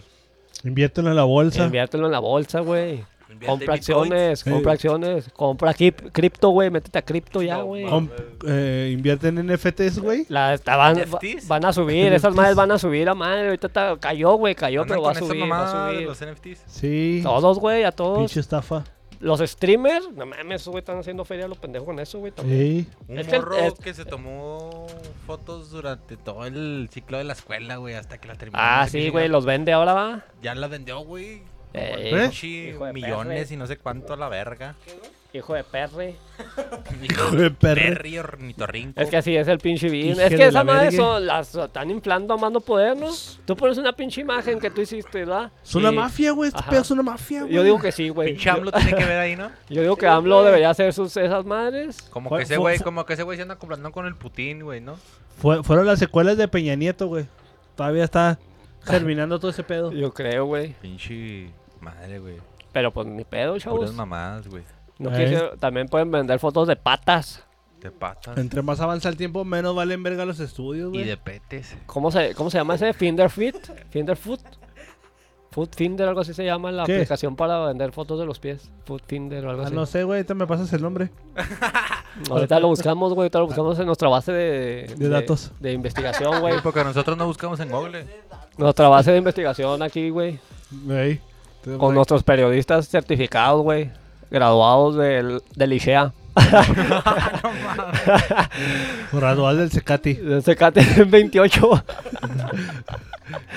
Inviértelo en la bolsa.
Inviértelo en la bolsa, güey.
Invierte
Compra
en
acciones,
Sí.
compra acciones. Compra crip- cripto, güey. Métete a cripto ya,
No,
güey.
Com- eh, invierte en NFTs, güey.
La- esta van, va-
NFTs.
van a subir, esas
NFTs.
madres van a subir a madre. Ahorita está- cayó, güey, cayó,
Andan
pero va a
con esa
subir, va
mamada
a
de
subir.
Los NFTs.
Sí.
Todos, güey, a todos.
Pinche estafa.
Los streamers, no mames, esos güey están haciendo feria a los pendejos con eso, güey. también.
Sí.
Un
Es que el-
morro
es-
que se tomó fotos durante todo el ciclo de la escuela, güey, hasta que la terminó. no
Ah,
sé qué
sí,
chingado.
güey, los vende ahora, va.
Ya la vendió, güey.
Eh,
¿Eh?
Pinche
Hijo de
millones
perre.
y no sé cuánto a la verga.
Hijo de perre.
Hijo
de perre.
Perry ornitorrinco.
Es que así es el pinche bien.
Hijo
Es
de
que
la
esa madre
verga.
son, las están inflando a mano poder, ¿no? Tú pones una pinche imagen que tú hiciste, ¿verdad?
Es una
Y
mafia, güey. Este
Ajá.
pedo es una mafia, güey.
Yo digo que sí, güey.
Pinche
Yo,
AMLO tiene que ver ahí, ¿no?
yo digo que AMLO debería hacer sus esas madres.
Como
Fue-
que ese
fue-
güey,
fue-
como que ese güey se anda comprando con el Putin, güey, ¿no?
Fue- fueron las secuelas de Peña Nieto, güey. Todavía está germinando todo ese pedo.
Yo creo, güey.
Pinche madre, güey.
Pero pues ni pedo, chavos.
Puras mamadas, güey.
No
Eh.
quise- También pueden vender fotos de patas.
De patas
Entre más avanza el tiempo, menos valen verga los estudios,
y
güey.
de petes.
¿Cómo se, cómo se llama ese? Finder Fit. Finder Foot. Food Finder, algo así se llama la
¿Qué?
aplicación para vender fotos de los pies. Food Finder o algo
Ah,
así.
no sé, güey. Ahorita me pasas el nombre.
Ahorita lo buscamos, güey. Ahorita lo buscamos en nuestra base de,
datos.
De investigación, güey.
Sí, porque nosotros no buscamos en Google.
Nuestra base de investigación aquí, güey.
Güey. Entonces,
Con nuestros periodistas certificados, güey. Graduados del, del E ICEA.
Gradual del Cecati.
Del CKT 28.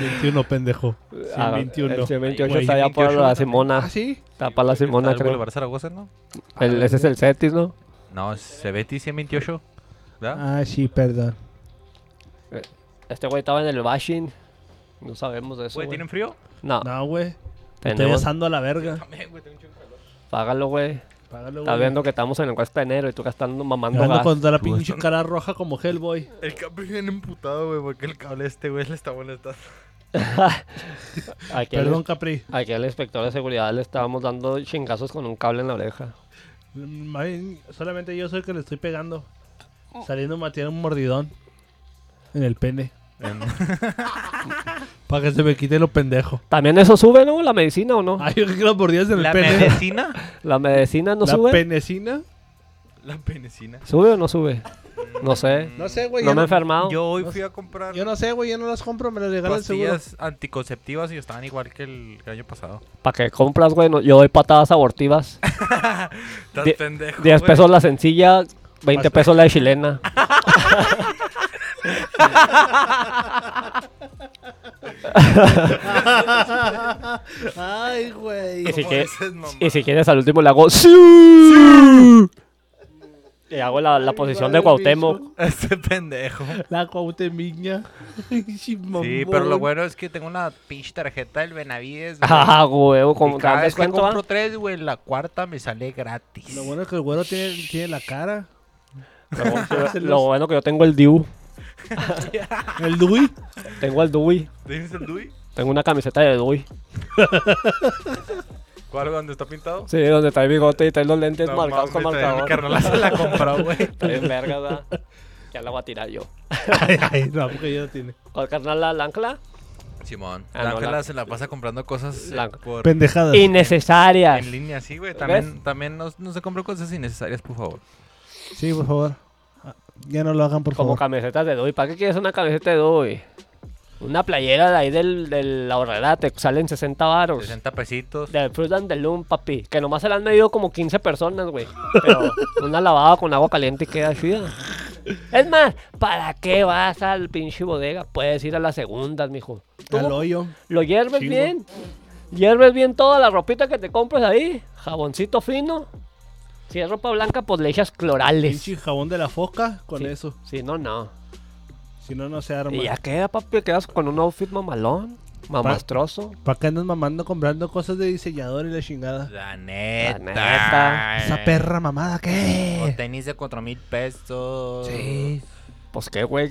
21, pendejo. 121.
Ah, El 128
Güey.
está allá para la Simona.
¿Ah, sí?
Está para la Simona,
¿Está el
creo.
Boulevard Zaragoza, no?
El- ese es el CETIS, ¿no?
No, es Cebeti 128. ¿Verdad?
Ah, sí, perdón.
Este güey estaba en el bashing. No sabemos de eso.
Güey,
güey.
¿tienen frío?
No,
No, güey. Te estoy
tenemos.
asando a la verga.
Págalo, güey.
Págalo,
Estás
güey.
viendo que estamos en el cuesta de enero y tú gastando mamando
Ando
gas.
con toda la pinche cara roja como Hellboy.
El cable bien emputado, güey, porque el cable este, güey, le está molestando.
Aquí al-
Perdón, Capri.
aquí al inspector de seguridad le estábamos dando chingazos con un cable en la oreja.
Mm, ay, Solamente yo soy el que le estoy pegando. Saliendo me tiene un mordidón. En el pene. Para que se me quite lo pendejo.
También eso sube, ¿no? La medicina o no?
Ay, yo creo que los mordidas en el
¿La
pene.
penecina?
La medicina no
la
sube.
penecina.
La penecina.
¿Sube o no sube? No sé.
No sé, güey.
No
yo
me he enfermado.
Yo hoy
No
fui a comprar
Yo no sé, güey. Yo no las compro, me las regala el seguro.
pastillas anticonceptivas y estaban igual que el año pasado.
¿Para qué compras, güey? No, yo doy patadas abortivas.
Estás
Die-
pendejo.
10
güey.
pesos la sencilla, 20
Basta.
pesos la de chilena.
Ay, güey.
Y si,
¿Cómo
quie-
dices, mamá?
y si quieres, al último le hago. ¡Sí! Y hago la, la
Ay,
posición
madre,
de Cuauhtémoc.
bicho.
Este pendejo.
La cuautemiña.
Sí, pero lo bueno es que tengo una pinche tarjeta del Benavides. güey.
Ajá, güey.
y
Ah, Como te
cada
dan
vez Ah, que
descuento,
compro
¿va?
tres, güey, la cuarta me sale gratis.
Lo bueno es que el güero tiene, tiene la cara.
Lo- ah. Lo bueno que yo tengo el Diu.
El Dui.
Tengo el Dui.
¿Tienes el Dui?
Tengo una camiseta de Dui.
¿Cuál, dónde está pintado?
Sí, donde trae bigote y trae los lentes
No
marcados
mames,
con
todavía mi
marcador.
carnala se la compró, güey.
Está bien verga, ¿verdad? Ya la voy a tirar yo.
Ay, ay, no, porque ya lo tiene.
¿Cuál carnal la la ancla?
Simón.
Ah, no,
Ángela
la-
se la pasa comprando cosas eh,
la-
por-
Pendejadas.
Innecesarias.
en línea, sí, güey. También, también no, no se compra cosas innecesarias, por favor.
Sí, por favor. Ah, Ya no lo hagan, por
Como
favor.
camisetas de Dui. ¿Para qué quieres una camiseta de Dui? Una playera de ahí del, de la horrera te salen 60 varos.
60 pesitos.
Del Fruit and the Loom, papi. Que nomás se la han medido como 15 personas, güey. Pero una lavada con agua caliente y queda chida. Es más, ¿para qué vas al pinche bodega? Puedes ir a las segundas, mijo. Tú
Al hoyo.
Lo hierves
Chingo.
bien. Hierves bien toda la ropita que te compras ahí. Jaboncito fino. Si es ropa blanca, pues le echas clorales.
Pinche jabón de la foca con
Sí.
eso.
Si no, no.
Si no, no se arma.
Y ya queda, papi, quedas con un outfit mamalón. Mamastroso.
¿Para qué andas mamando comprando cosas de diseñador y la chingada?
La neta.
neta.
Esa perra mamada,
Con
¿qué?
tenis de 4 mil pesos.
Sí.
Pues qué, güey.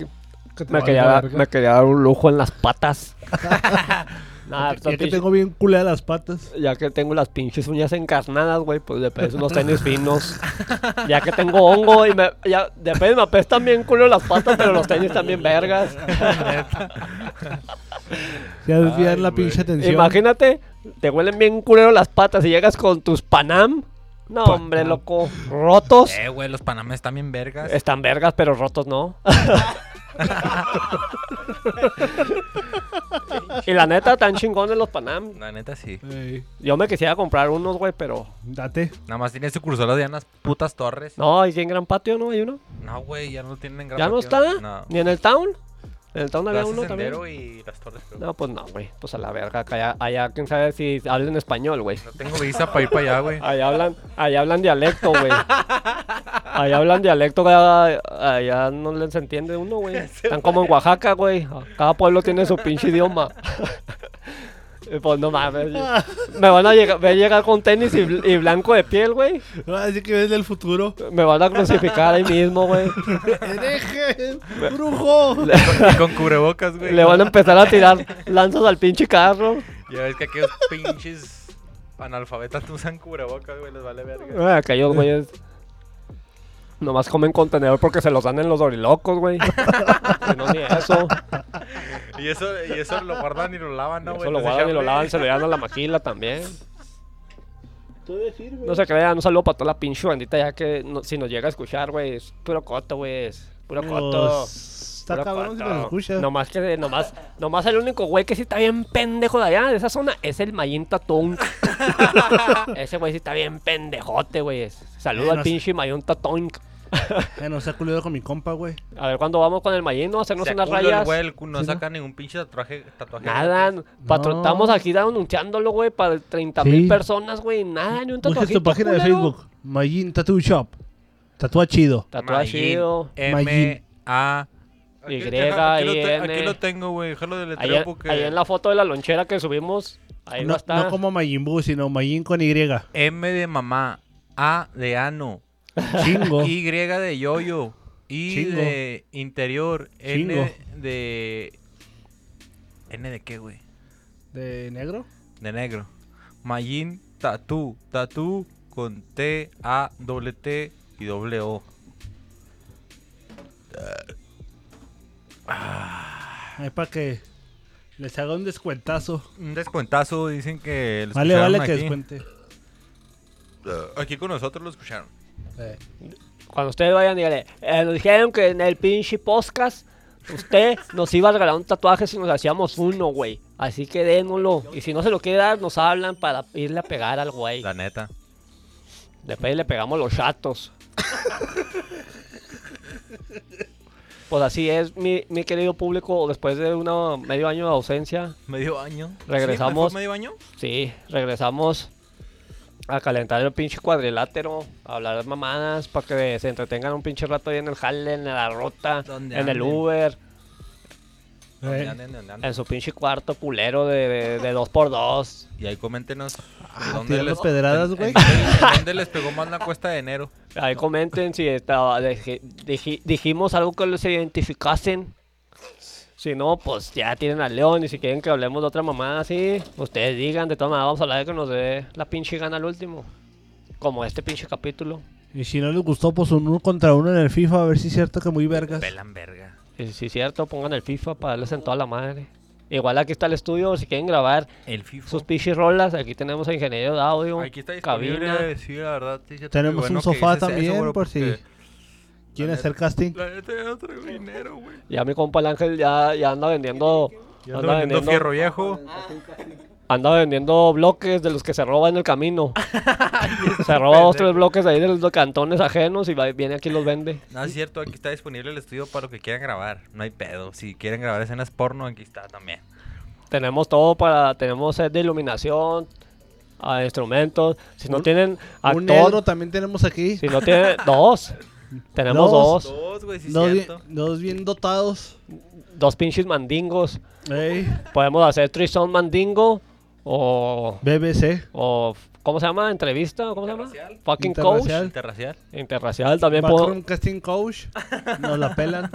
Que te
Me
valga
quería, dar-
verga.
me quería dar un lujo en las patas. Nah,
Ya
esta
que
Ah, pinche-
tengo bien culé las patas.
ya que tengo las pinches uñas encarnadas, güey, pues le pedí unos tenis finos. Ya que tengo hongo y me, ya, de repente me apestan bien culo las patas, pero los tenis también vergas.
Ya desvían la pinche atención.
Imagínate, te huelen bien culero las patas y llegas con tus Panam. No,
Panam.
hombre, loco. Rotos.
Eh, güey, los panames están bien vergas.
Están vergas, pero rotos no. y la neta, tan chingones los Panam.
La neta sí.
Ey,
Yo me quisiera comprar unos, güey, pero.
date.
Nada más tiene sucursoras de unas putas torres.
No, aquí en Gran Patio no hay uno.
No, güey, ya no tienen gran
¿Ya no
patio.
está?
No.
¿Ni en el town? ¿En el town había
Plaza
uno también?
Sendero y las torres. creo.
No, pues no, güey. Pues a la verga, que allá, allá quién sabe si hablan español, güey.
No tengo visa para ir para allá, güey.
Allá hablan, allá hablan dialecto, güey. Allá hablan dialecto, güey, allá, allá no les entiende uno, güey. Están como en Oaxaca, güey. Cada pueblo tiene su pinche idioma. Y pues no mames. Me van a llegar, voy a llegar con tenis y, bl- y blanco de piel, güey.
Ah, Así que ves del futuro.
Me van a crucificar ahí mismo, güey.
¡Hereje! ¡Brujo!
Y con cubrebocas, güey.
Le van a empezar a tirar lanzas al pinche carro.
Ya ves que aquellos pinches analfabetas no usan cubrebocas, güey. Les vale verga.
Ah, aquellos güeyes. Nomás comen contenedor porque se los dan en los dorilocos, güey. Si no, ni eso.
Y eso, y eso lo guardan y lo lavan, ¿no, güey?
eso lo
Entonces,
guardan y
ya,
lo
güey,
lavan, se lo dan a la maquila también. No se crean, un saludo para toda la pinche bandita ya que no- si nos llega a escuchar, güey, es puro coto, güey, es puro coto.
Está
puro
cabrón si
coto.
nos escucha.
Nomás que, nomás, nomás el único güey que sí está bien pendejo de allá, de esa zona, es el Mayin Tatón. Ese güey sí está bien pendejote, güey. Saludo
Eh,
al
no sé.
pinche Mayin Tatón.
Eh, no se ha culero con mi compa, güey.
A ver cuándo vamos con el Mayino a hacernos
se
unas
culo el
rayas.
güey, el cu- no
Sí, ¿no?
saca ningún pinche tatuaje. tatuaje
Nada,
gratis.
patro-
No.
estamos aquí anunciándolo, güey, para 30 mil
Sí.
personas, güey. Nada, ni un
Busca
tatuaje.
tu página de Facebook. Majin Tattoo Shop. Tatúa chido.
Tatuaje chido.
M. A.
Y,
Aquí- aquí lo te-
N.
Aquí lo tengo, güey. Déjalo de
Ahí,
letreo porque.
ahí en la foto de la lonchera que subimos, ahí
No,
va a estar.
no como Majin Bu, sino Majin con Y.
M de mamá. A de ano.
Chingo.
Y de yoyo. I
Oh. Chingo.
de interior. N
Chingo.
de. ¿N de qué, güey?
¿De negro?
De negro. Mayin Tatú. Tatú con T, A, doble T y doble O.
Es para que les haga un descuentazo.
Un descuentazo, dicen que. lo
Vale,
escucharon
vale que
aquí.
descuente.
Aquí con nosotros lo escucharon.
Eh,
Cuando ustedes vayan, díganle, eh, nos dijeron que en el pinche podcast usted nos iba a regalar un tatuaje si nos hacíamos uno, güey. Así que démoslo. Y si no se lo quiere dar, nos hablan para irle a pegar al güey.
La neta.
Después le pegamos los chatos. pues así es, mi, mi querido público, después de una, medio año de ausencia,
Medio año.
Regresamos.
¿Sí? ¿Me fue medio año?
sí, regresamos a calentar el pinche cuadrilátero, a hablar mamadas para que se entretengan un pinche rato ahí en el jale, en la ruta, en
Donde
el
anden.
Uber,
Eh,
Ande, ande, ande, ande.
en su pinche cuarto culero de, de, de dos por dos.
Y ahí coméntenos. ¿de
tirar las pedradas, güey.
en- en ¿Dónde les pegó más la cuesta de enero?
Ahí comenten si estaba- deji- diji- dijimos algo que los identificasen. Si no, pues ya tienen al león. Y si quieren que hablemos de otra mamada así, ustedes digan. De todas maneras, vamos a hablar de que nos dé la pinche gana al último. Como este pinche capítulo.
Y si no les gustó, pues un uno contra uno en el FIFA, a ver si es cierto que muy vergas.
Pelan verga.
Y si es cierto, pongan el FIFA para darles en toda la madre. Igual aquí está el estudio. Si quieren grabar
El FIFA.
sus pinches rolas, aquí tenemos a ingeniero de audio.
Aquí está disponible,
cabina.
sí, la verdad. sí, ya
Tenemos
bueno
un
que
sofá
dices eso,
también,
güey,
por si
porque
¿Quieren
la
hacer casting?
La neta ya no traigo dinero, güey.
Ya mi compa el Ángel ya, ya anda vendiendo.
Ya ando vendiendo fierro viejo.
Anda vendiendo bloques de los que se roba en el camino. se roba dos, tres bloques de ahí de los de cantones ajenos y va- viene aquí y los vende.
No Ah, es cierto, aquí está disponible el estudio para lo que quieran grabar. No hay pedo. Si quieren grabar escenas porno, aquí está también.
Tenemos todo para, tenemos set de iluminación, ah, instrumentos. Si no
Un-
tienen
Un negro
actor,
también tenemos aquí.
si no tienen dos, tenemos dos,
Dos.
dos,
Dos, güey, sí,
dos, bien,
cierto.
dos bien dotados.
pinches mandingos.
Ey,
Podemos hacer son mandingo o,
BBC.
o ¿cómo se llama? Entrevista, ¿cómo se llama? Fucking coach.
Interracial.
Interracial.
Interracial también. puedo-
Backroom casting coach. Nos la pelan.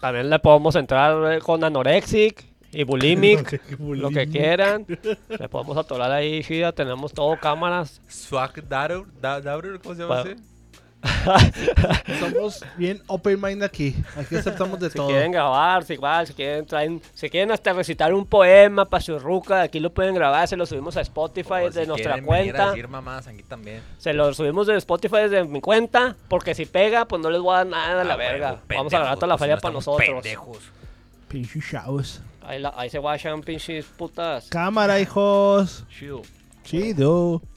También le podemos entrar eh, con anorexic y bulimic, lo que quieran. Le podemos atorar ahí, chida. Tenemos todo cámaras.
Swag Daughter, da, Daughter, ¿cómo se llama
Bueno,
ese?
Somos bien open mind aquí. Aquí aceptamos de
Si
todo.
quieren grabar, si igual, si quieren traen, si quieren hasta recitar un poema para su ruca, aquí lo pueden grabar, se lo subimos a Spotify
O
desde
si
nuestra
quieren venir a
cuenta.
decir mamás aquí también.
Se lo subimos de Spotify desde mi cuenta, porque si pega, pues no les voy a dar nada a la
Ah,
verga.
huevo,
Vamos a ganar toda la
pendejos, pues,
feria
si no
pues,
para
estamos
nosotros.
Pendejos.
Pinches chavos.
Ahí, la- ahí se guachan pinches putas.
Cámara, hijos.
Chido.
Chido.